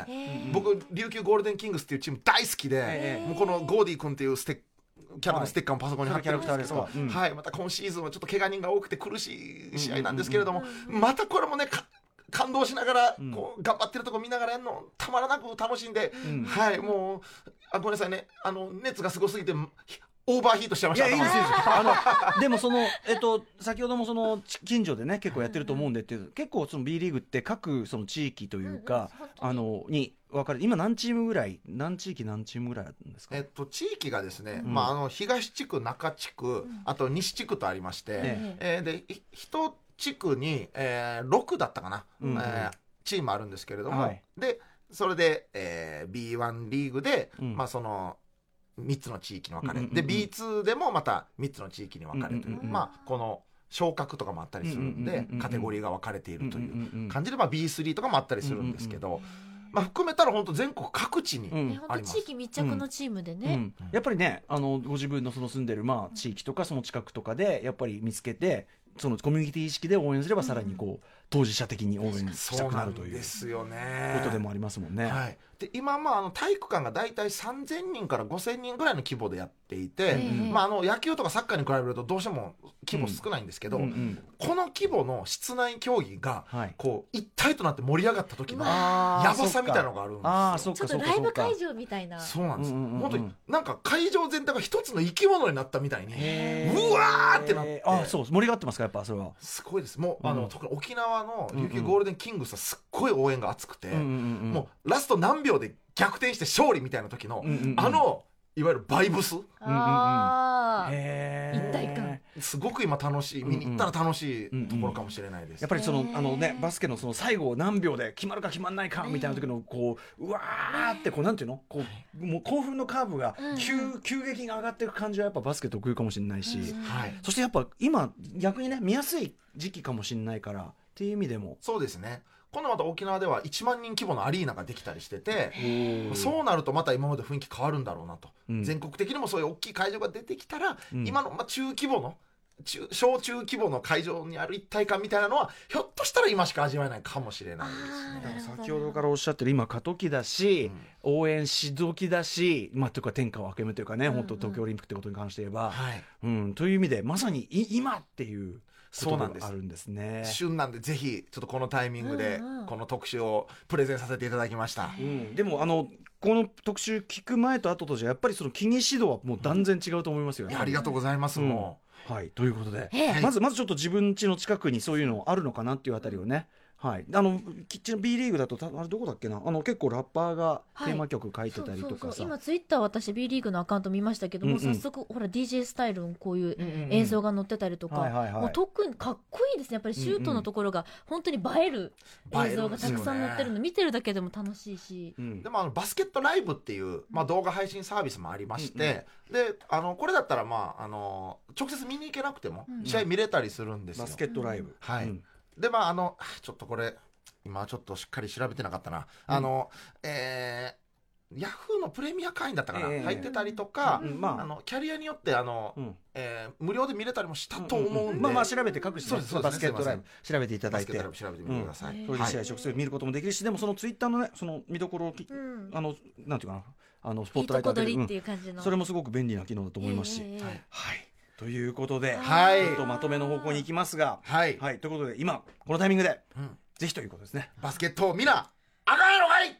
[SPEAKER 5] ー
[SPEAKER 3] 僕、琉球ゴールデンキングスっていうチーム大好き
[SPEAKER 4] え
[SPEAKER 3] で、
[SPEAKER 5] え
[SPEAKER 3] もうこのゴーディ君っていうステッキャラのステッカーもパソコンに貼ってるんですけ
[SPEAKER 4] そ
[SPEAKER 3] ど
[SPEAKER 4] れキャラクターですかうん
[SPEAKER 3] はい、また今シーズンはちょっと怪我人が多くて苦しい試合なんですけれども、またこれもね、か感動しながら
[SPEAKER 4] うん、
[SPEAKER 3] こう、頑張ってるとこ見ながらやるの、たまらなく楽しんで、
[SPEAKER 4] ん
[SPEAKER 3] はい、もう、あ、ごめんなさいね、あの、熱がすごすぎて、オーバーヒートしちゃいま
[SPEAKER 4] い
[SPEAKER 3] した。
[SPEAKER 4] やいいです
[SPEAKER 3] 頭
[SPEAKER 4] よいいですよあのでもそのえっと先ほどもそのち近所でね結構やってると思うんでっていう結構その B リーグって各その地域というか、
[SPEAKER 5] うんうん
[SPEAKER 4] あのに分かれ今何チームぐらい何地域何チームぐらいあるんですか、
[SPEAKER 3] えっと、地域がですね、
[SPEAKER 4] うん
[SPEAKER 3] まあ、あの東地区、中地区、あと西地区とありまして、
[SPEAKER 4] え
[SPEAKER 3] えーでい一地区に、えー6だったかな、
[SPEAKER 4] うん
[SPEAKER 3] えーチームあるんですけれども、
[SPEAKER 4] はい
[SPEAKER 3] でそれで、えー B1 リーグで、
[SPEAKER 4] うん
[SPEAKER 3] まあ、その3つの地域に分かれ、
[SPEAKER 4] うんうんうん
[SPEAKER 3] で B2 でもまた3つの地域に分かれという、
[SPEAKER 4] うんうんうん
[SPEAKER 3] まあ、この昇格とかもあったりするんで、
[SPEAKER 4] うんうんうんうん
[SPEAKER 3] カテゴリーが分かれているとい
[SPEAKER 4] うんうんうんうん
[SPEAKER 3] う感じで、まあ、B3 とかもあったりするんですけど、まあ、含めたら本当全国各地に、
[SPEAKER 4] う
[SPEAKER 5] ね
[SPEAKER 4] ん
[SPEAKER 5] 本当地域密着のチームで
[SPEAKER 4] う
[SPEAKER 5] ね
[SPEAKER 4] ん、やっぱりねあのご自分のその住んでる、まあ、地域とかその近くとかでやっぱり見つけてそのコミュニティ意識で応援すればさらにこう、当事者的に応援した
[SPEAKER 3] そう
[SPEAKER 4] く
[SPEAKER 3] な
[SPEAKER 4] なんるという
[SPEAKER 3] で
[SPEAKER 4] こ
[SPEAKER 3] すよね。
[SPEAKER 4] とでもありますもんね。
[SPEAKER 3] はい、で今、まあ、あの体育館が大体3000人から5000人ぐらいの規模でやっていて、
[SPEAKER 5] ええ
[SPEAKER 3] まあ、あの野球とかサッカーに比べるとどうしても規模少ないんですけど、
[SPEAKER 4] うんうん
[SPEAKER 3] この規模の室内競技が
[SPEAKER 4] はい
[SPEAKER 3] こう一体となって盛り上がった時の
[SPEAKER 5] うわ
[SPEAKER 3] や
[SPEAKER 4] あー
[SPEAKER 3] ばさみたいなのがあるんですよ。
[SPEAKER 4] ああーそっ
[SPEAKER 5] ちょ
[SPEAKER 4] か
[SPEAKER 5] っ
[SPEAKER 4] そ
[SPEAKER 5] と
[SPEAKER 4] っか
[SPEAKER 5] ライ
[SPEAKER 4] そ
[SPEAKER 5] ブ
[SPEAKER 4] っか
[SPEAKER 5] 会場みたいな。
[SPEAKER 3] そうなんです、
[SPEAKER 4] うんうんうんうん
[SPEAKER 3] 本当になんか会場全体が一つの生き物になったみたいに
[SPEAKER 4] へー
[SPEAKER 3] うわーってなって
[SPEAKER 4] あそう盛り上がってますかやっぱそれは。
[SPEAKER 3] すごいですもう、あ
[SPEAKER 4] う
[SPEAKER 3] の
[SPEAKER 4] ん
[SPEAKER 3] 特に沖縄の琉球ゴールデンキングスはすっごい応援が熱くて、
[SPEAKER 4] も
[SPEAKER 3] もうラスト何秒で逆転して勝利みたいな時の、
[SPEAKER 4] うんうんうん
[SPEAKER 3] あのいわゆるバイブス
[SPEAKER 4] うんうん
[SPEAKER 5] ああ。
[SPEAKER 4] 一
[SPEAKER 5] 一体感
[SPEAKER 3] すごく今楽しい見に行ったら楽しいところかもしれないです、
[SPEAKER 4] やっぱりその
[SPEAKER 5] へー
[SPEAKER 4] あの、ね、バスケのその最後何秒で決まるか決まらないかみたいな時のこううわーってこうなんていうのこうもう興奮のカーブが急,、
[SPEAKER 5] うん
[SPEAKER 4] 急激に上がっていく感じはやっぱバスケ特有かもしれないし、
[SPEAKER 5] うん
[SPEAKER 3] はい
[SPEAKER 4] そしてやっぱ今逆にね見やすい時期かもしれないからっていう意味でも
[SPEAKER 3] そうですね今度また沖縄では1万人規模のアリーナができたりしてて、
[SPEAKER 4] う
[SPEAKER 3] そうなるとまた今まで雰囲気変わるんだろうなと、
[SPEAKER 4] うん
[SPEAKER 3] 全国的にもそういう大きい会場が出てきたら、
[SPEAKER 4] うん
[SPEAKER 3] 今の、まあ、中規模の中小中規模の会場にある一体感みたいなのはひょっとしたら今しか味わえないかもしれない
[SPEAKER 5] あー
[SPEAKER 3] です
[SPEAKER 5] な
[SPEAKER 3] ね
[SPEAKER 5] る
[SPEAKER 4] 先ほどからおっしゃってる今過渡期だし、応援し時だし、まあ、というか天下を明けめというかね、
[SPEAKER 5] うんうん
[SPEAKER 4] 本当東京オリンピックってことに関して言えば、
[SPEAKER 3] はい
[SPEAKER 4] うん、という意味でまさにい今っていうこ
[SPEAKER 3] そう
[SPEAKER 4] と
[SPEAKER 3] な
[SPEAKER 4] が
[SPEAKER 3] んです
[SPEAKER 4] あるんですね。
[SPEAKER 3] 旬なんでぜひちょっとこのタイミングで
[SPEAKER 5] うんうん
[SPEAKER 3] この特集をプレゼンさせていただきました、
[SPEAKER 4] うん、でもあのこの特集聞く前と後とじゃやっぱりその気に指導はもう断然違うと思いますよ、
[SPEAKER 3] いやありがとうございます、
[SPEAKER 4] うん
[SPEAKER 3] も
[SPEAKER 4] はいということで、
[SPEAKER 5] ええ
[SPEAKER 4] まずまずちょっと自分家の近くにそういうのあるのかなっていうあたりをねはい、あのキッチン B リーグだとたあれどこだっけなあの結構ラッパーが
[SPEAKER 5] はい
[SPEAKER 4] テーマ曲書いて
[SPEAKER 5] そう
[SPEAKER 4] たり
[SPEAKER 5] そ
[SPEAKER 4] と
[SPEAKER 5] うそ
[SPEAKER 4] か
[SPEAKER 5] う
[SPEAKER 4] さ、
[SPEAKER 5] 今ツイッター私 B リーグのアカウント見ましたけども、
[SPEAKER 4] うんうん
[SPEAKER 5] 早速ほら DJ スタイルのこういう
[SPEAKER 3] う、うんうんうん
[SPEAKER 5] 映像が載ってたりとか、
[SPEAKER 4] はいはいはい
[SPEAKER 5] もう特にかっこいいですねやっぱりシュートのところが本当に映える映像がたくさん載ってるの見てるだけでも楽しいし、
[SPEAKER 4] うん
[SPEAKER 3] でもあのバスケットライブっていう、まあ、動画配信サービスもありまして、であのこれだったら、まあ、あの直接見に行けなくても
[SPEAKER 5] うん
[SPEAKER 3] 試合見れたりするんですよ。
[SPEAKER 4] バスケットライブ、
[SPEAKER 3] はい
[SPEAKER 4] うん
[SPEAKER 3] でまああのあちょっとこれ今ちょっとしっかり調べてなかったな、あのえー、ヤフーのプレミア会員だったかな、
[SPEAKER 4] ええ
[SPEAKER 3] 入ってたりとか、
[SPEAKER 4] うんまあ
[SPEAKER 3] あのキャリアによってあの、
[SPEAKER 4] うん
[SPEAKER 3] えー無料で見れたりもしたと思うんで、
[SPEAKER 4] まあまあ調べて各自
[SPEAKER 3] そう
[SPEAKER 4] ね
[SPEAKER 3] ですそうです
[SPEAKER 4] バスケットライブ調べていただ
[SPEAKER 3] バ
[SPEAKER 4] い
[SPEAKER 3] スケッ
[SPEAKER 4] て
[SPEAKER 3] トライブ調べてみてください。
[SPEAKER 5] うん
[SPEAKER 4] 当時
[SPEAKER 3] は
[SPEAKER 4] 試合
[SPEAKER 3] い、
[SPEAKER 4] 直接見ることもできるしでもそのツイッターのねその見どころをき、
[SPEAKER 5] うん
[SPEAKER 4] あのなんていうかなあのスポ
[SPEAKER 5] い
[SPEAKER 4] ッ
[SPEAKER 5] い
[SPEAKER 4] トラ
[SPEAKER 5] と
[SPEAKER 4] イ
[SPEAKER 5] こ
[SPEAKER 4] ト当てる
[SPEAKER 5] 取りって
[SPEAKER 4] うん
[SPEAKER 5] いう感じの、
[SPEAKER 4] それもすごく便利な機能だと思いますし、
[SPEAKER 5] ええええ
[SPEAKER 3] はい
[SPEAKER 4] はいということで、
[SPEAKER 3] はい
[SPEAKER 4] ちょっとまとめの方向に行きますが
[SPEAKER 3] はい
[SPEAKER 4] はいということで今このタイミングで、
[SPEAKER 3] うん
[SPEAKER 4] ぜひということですね
[SPEAKER 3] バスケットを見なあかんやろかい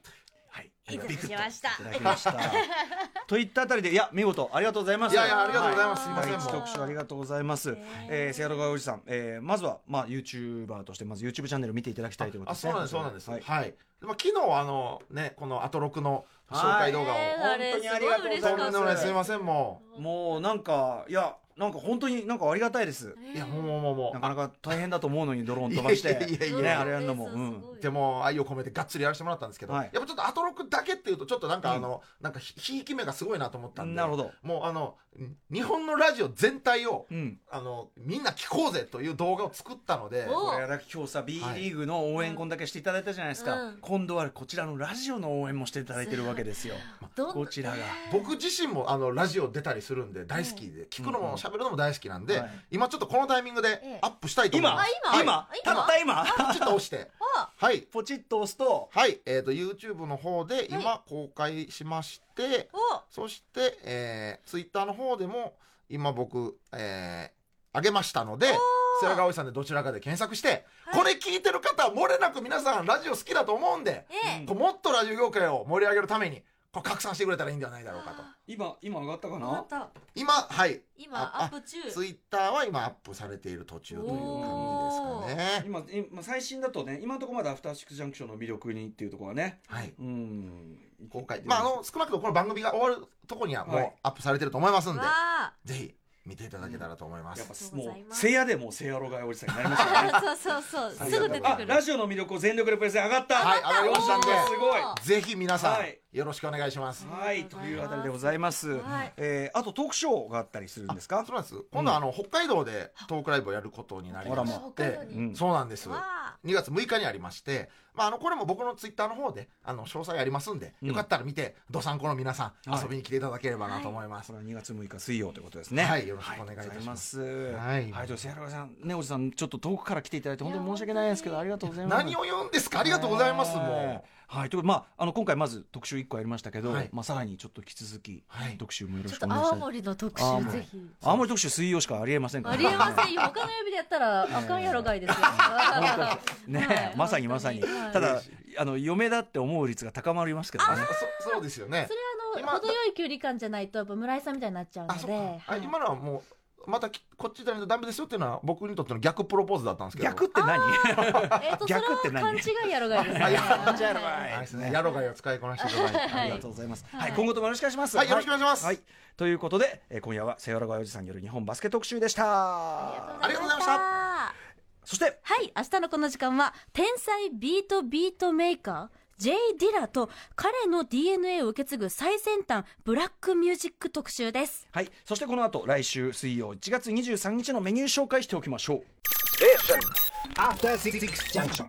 [SPEAKER 4] はい
[SPEAKER 5] いいただきました
[SPEAKER 4] いただきました といったあたりでいや見事ありがとうございます
[SPEAKER 3] いやいやありがとうございます、
[SPEAKER 4] はい
[SPEAKER 3] すい
[SPEAKER 4] 第
[SPEAKER 3] ま
[SPEAKER 4] 一
[SPEAKER 3] せんもう
[SPEAKER 4] 特集ありがとうございます。えー、セアロガイおじさん、えー、まずはまあユーチューバーとしてまず YouTube チャンネル見ていただきたいということ
[SPEAKER 3] あ
[SPEAKER 4] ですね。
[SPEAKER 3] そうなんですそうなんです
[SPEAKER 4] は
[SPEAKER 3] はいい、でまあ、昨日あのねこのアトロクの紹介動画を、
[SPEAKER 5] はい
[SPEAKER 4] 本当にありがとうござい
[SPEAKER 3] と
[SPEAKER 4] ま
[SPEAKER 3] んでもない
[SPEAKER 4] す。
[SPEAKER 3] すいませんも
[SPEAKER 4] もうなんかいやなんか本当になんかありがたいです。
[SPEAKER 3] ういやもうもうもうもう
[SPEAKER 4] なかなか大変だと思うのにドローン飛ばして
[SPEAKER 3] いやいやいやいや
[SPEAKER 4] ねあれやるのも、うん、
[SPEAKER 3] でも愛を込めてがっつりやらせてもらったんですけど、
[SPEAKER 4] はい
[SPEAKER 3] やっぱちょっとアトロクだけっていうとちょっとなんか
[SPEAKER 4] うん
[SPEAKER 3] あの、なんかひひいき目がすごいなと思ったんで
[SPEAKER 4] なるほど。
[SPEAKER 3] もうあのん日本のラジオ全体を、
[SPEAKER 4] うん。
[SPEAKER 3] あのみんな聞こうぜという動画を作ったので
[SPEAKER 5] お
[SPEAKER 4] これはだ今日さ B リーグの応援こんだけしていただいたじゃないですか、
[SPEAKER 5] うん
[SPEAKER 4] 今度はこちらのラジオの応援もしていただいてるわけですよ
[SPEAKER 5] どん
[SPEAKER 4] こちらが
[SPEAKER 3] 僕自身もあのラジオ出たりするんで大好きで、聞くのも喋るのも大好きなんで、
[SPEAKER 4] はい
[SPEAKER 3] 今ちょっとこのタイミング
[SPEAKER 5] ええ
[SPEAKER 3] でアップしたいと思い
[SPEAKER 4] 今
[SPEAKER 3] ます、
[SPEAKER 5] あ今
[SPEAKER 4] 今
[SPEAKER 5] 今
[SPEAKER 4] たった今
[SPEAKER 3] ちょっと押して
[SPEAKER 5] あ
[SPEAKER 3] はい
[SPEAKER 4] ポチッと押すと
[SPEAKER 3] はい、えー、と YouTube の方で今公開しまして、
[SPEAKER 5] お
[SPEAKER 3] そして、えー、Twitter の方でも今僕、えー、上げましたので世良川おじさんでどちらかで検索して、
[SPEAKER 5] はい
[SPEAKER 3] これ聞いてる方は漏れなく皆さんラジオ好きだと思うんで、
[SPEAKER 5] ええ
[SPEAKER 3] こうもっとラジオ業界を盛り上げるためにこう拡散してくれたらいいんではないだろうかと
[SPEAKER 4] 今今上がったか
[SPEAKER 5] また
[SPEAKER 3] 今はい
[SPEAKER 5] 今
[SPEAKER 3] あ
[SPEAKER 5] アップ中
[SPEAKER 3] Twitter は今アップされている途中という感じですかね
[SPEAKER 4] 今今最新だとね今のところまだ「アフターシックスジャンクション」の魅力にっていうところはね
[SPEAKER 3] はい
[SPEAKER 4] うん
[SPEAKER 3] 公開まああの少なくともこの番組が終わるとこにはも
[SPEAKER 4] は
[SPEAKER 3] う
[SPEAKER 4] い
[SPEAKER 3] アップされてると思いますんで、
[SPEAKER 5] わあ
[SPEAKER 3] ぜひ見ていただけたらと思います、
[SPEAKER 4] やっぱ
[SPEAKER 5] ありがとうござ
[SPEAKER 4] も
[SPEAKER 5] いま
[SPEAKER 4] う
[SPEAKER 5] す
[SPEAKER 4] せいやでもうせいやろがいおじさんになります よ
[SPEAKER 5] そ
[SPEAKER 4] ね
[SPEAKER 5] うそうそうすぐ出て
[SPEAKER 4] あ
[SPEAKER 5] くる
[SPEAKER 4] ラジオの魅力を全力でプレゼン上がった
[SPEAKER 3] はい上がりましたんで
[SPEAKER 4] おーすごい
[SPEAKER 3] ぜひ皆さん、
[SPEAKER 4] はい
[SPEAKER 3] よろしくお願いします。
[SPEAKER 4] はい、というあたりでございます。
[SPEAKER 5] はい
[SPEAKER 4] えーあとトークショーがあったりするんですか
[SPEAKER 3] そう。なんです。今度はあの、北海道でトークライブをやることになりまし
[SPEAKER 5] あらま
[SPEAKER 3] て
[SPEAKER 5] 北海道、
[SPEAKER 4] に
[SPEAKER 3] うんそうなんです。
[SPEAKER 5] わあ
[SPEAKER 3] 2月6日にありまして、まあ、あのこれも僕のツイッターの方であの詳細ありますんで、
[SPEAKER 4] うん
[SPEAKER 3] よかったら見てどさんこの皆さん
[SPEAKER 4] はい
[SPEAKER 3] 遊びに来ていただければなと思います、
[SPEAKER 4] これは2月6日水曜ということですね。
[SPEAKER 3] はいよろしくお願いいたします
[SPEAKER 4] はいございま
[SPEAKER 3] は
[SPEAKER 4] す
[SPEAKER 3] い
[SPEAKER 4] はい、と瀬原さん、ねおじさん、ちょっと遠くから来ていただいて、本当に申し訳ないですけど、ありがとうございます。
[SPEAKER 3] 何を言うんですかありがとうございます、も
[SPEAKER 4] う。はい、ということでまあ、あの今回まず特集一個やりましたけど、
[SPEAKER 3] はい
[SPEAKER 4] まあ、さらにちょっと引き続き、
[SPEAKER 3] はい
[SPEAKER 4] 特集もよろ
[SPEAKER 5] ちょっ
[SPEAKER 4] しくお
[SPEAKER 5] と
[SPEAKER 4] 願いした
[SPEAKER 5] 青
[SPEAKER 4] い。
[SPEAKER 5] 森の特
[SPEAKER 4] 青
[SPEAKER 5] 集
[SPEAKER 4] 森
[SPEAKER 5] ぜひ。
[SPEAKER 4] 青森特集水曜しかありえませんから。
[SPEAKER 5] ありえませんよ。他の曜日でやったらあかんやろがいですよ。
[SPEAKER 4] 本当 にね、
[SPEAKER 5] はい
[SPEAKER 4] まさにまさに、
[SPEAKER 5] 本当にはい
[SPEAKER 4] ただあの嫁だって思う率が高まりますけど
[SPEAKER 3] うあ
[SPEAKER 4] ね
[SPEAKER 3] そそうですよね
[SPEAKER 5] それは
[SPEAKER 3] 今
[SPEAKER 5] あの程よい距離感じゃないとやっぱ村井さんみたいになっちゃうの
[SPEAKER 3] あそっか、
[SPEAKER 5] で。
[SPEAKER 3] あ今のはもうまたきこっちじゃないとダメですよっていうのは僕にとっての逆プロポーズだったんですけど
[SPEAKER 4] 逆って何
[SPEAKER 5] えっとそれ
[SPEAKER 4] 逆って
[SPEAKER 5] は
[SPEAKER 4] 何
[SPEAKER 5] 勘違いやろがいですね。
[SPEAKER 3] あいや
[SPEAKER 5] はい
[SPEAKER 3] 勘
[SPEAKER 4] 違いやろがい
[SPEAKER 3] あれですねやろがいを使いこなしていただいて、
[SPEAKER 4] あ
[SPEAKER 3] あ
[SPEAKER 4] り
[SPEAKER 3] りが
[SPEAKER 4] がと
[SPEAKER 3] と
[SPEAKER 4] う
[SPEAKER 3] う
[SPEAKER 4] ございます。は
[SPEAKER 5] はい
[SPEAKER 4] い、今後ともよろしくお願いします。
[SPEAKER 3] はいよろしくお願いします
[SPEAKER 4] はい、ということで、えー今夜はセオラガおじさんによる日本バスケ特集でした。
[SPEAKER 5] ありがとうございました。
[SPEAKER 3] ありがとうござい
[SPEAKER 5] は
[SPEAKER 4] そして、
[SPEAKER 5] い、明日のこの時間は天才ビートビートメーカー。J ・ディラと彼の DNA を受け継ぐ最先端ブラックミュージック特集です。
[SPEAKER 4] はい、そしてこの後、来週水曜1月23日のメニュー紹介しておきましょう。
[SPEAKER 2] After Six Junction.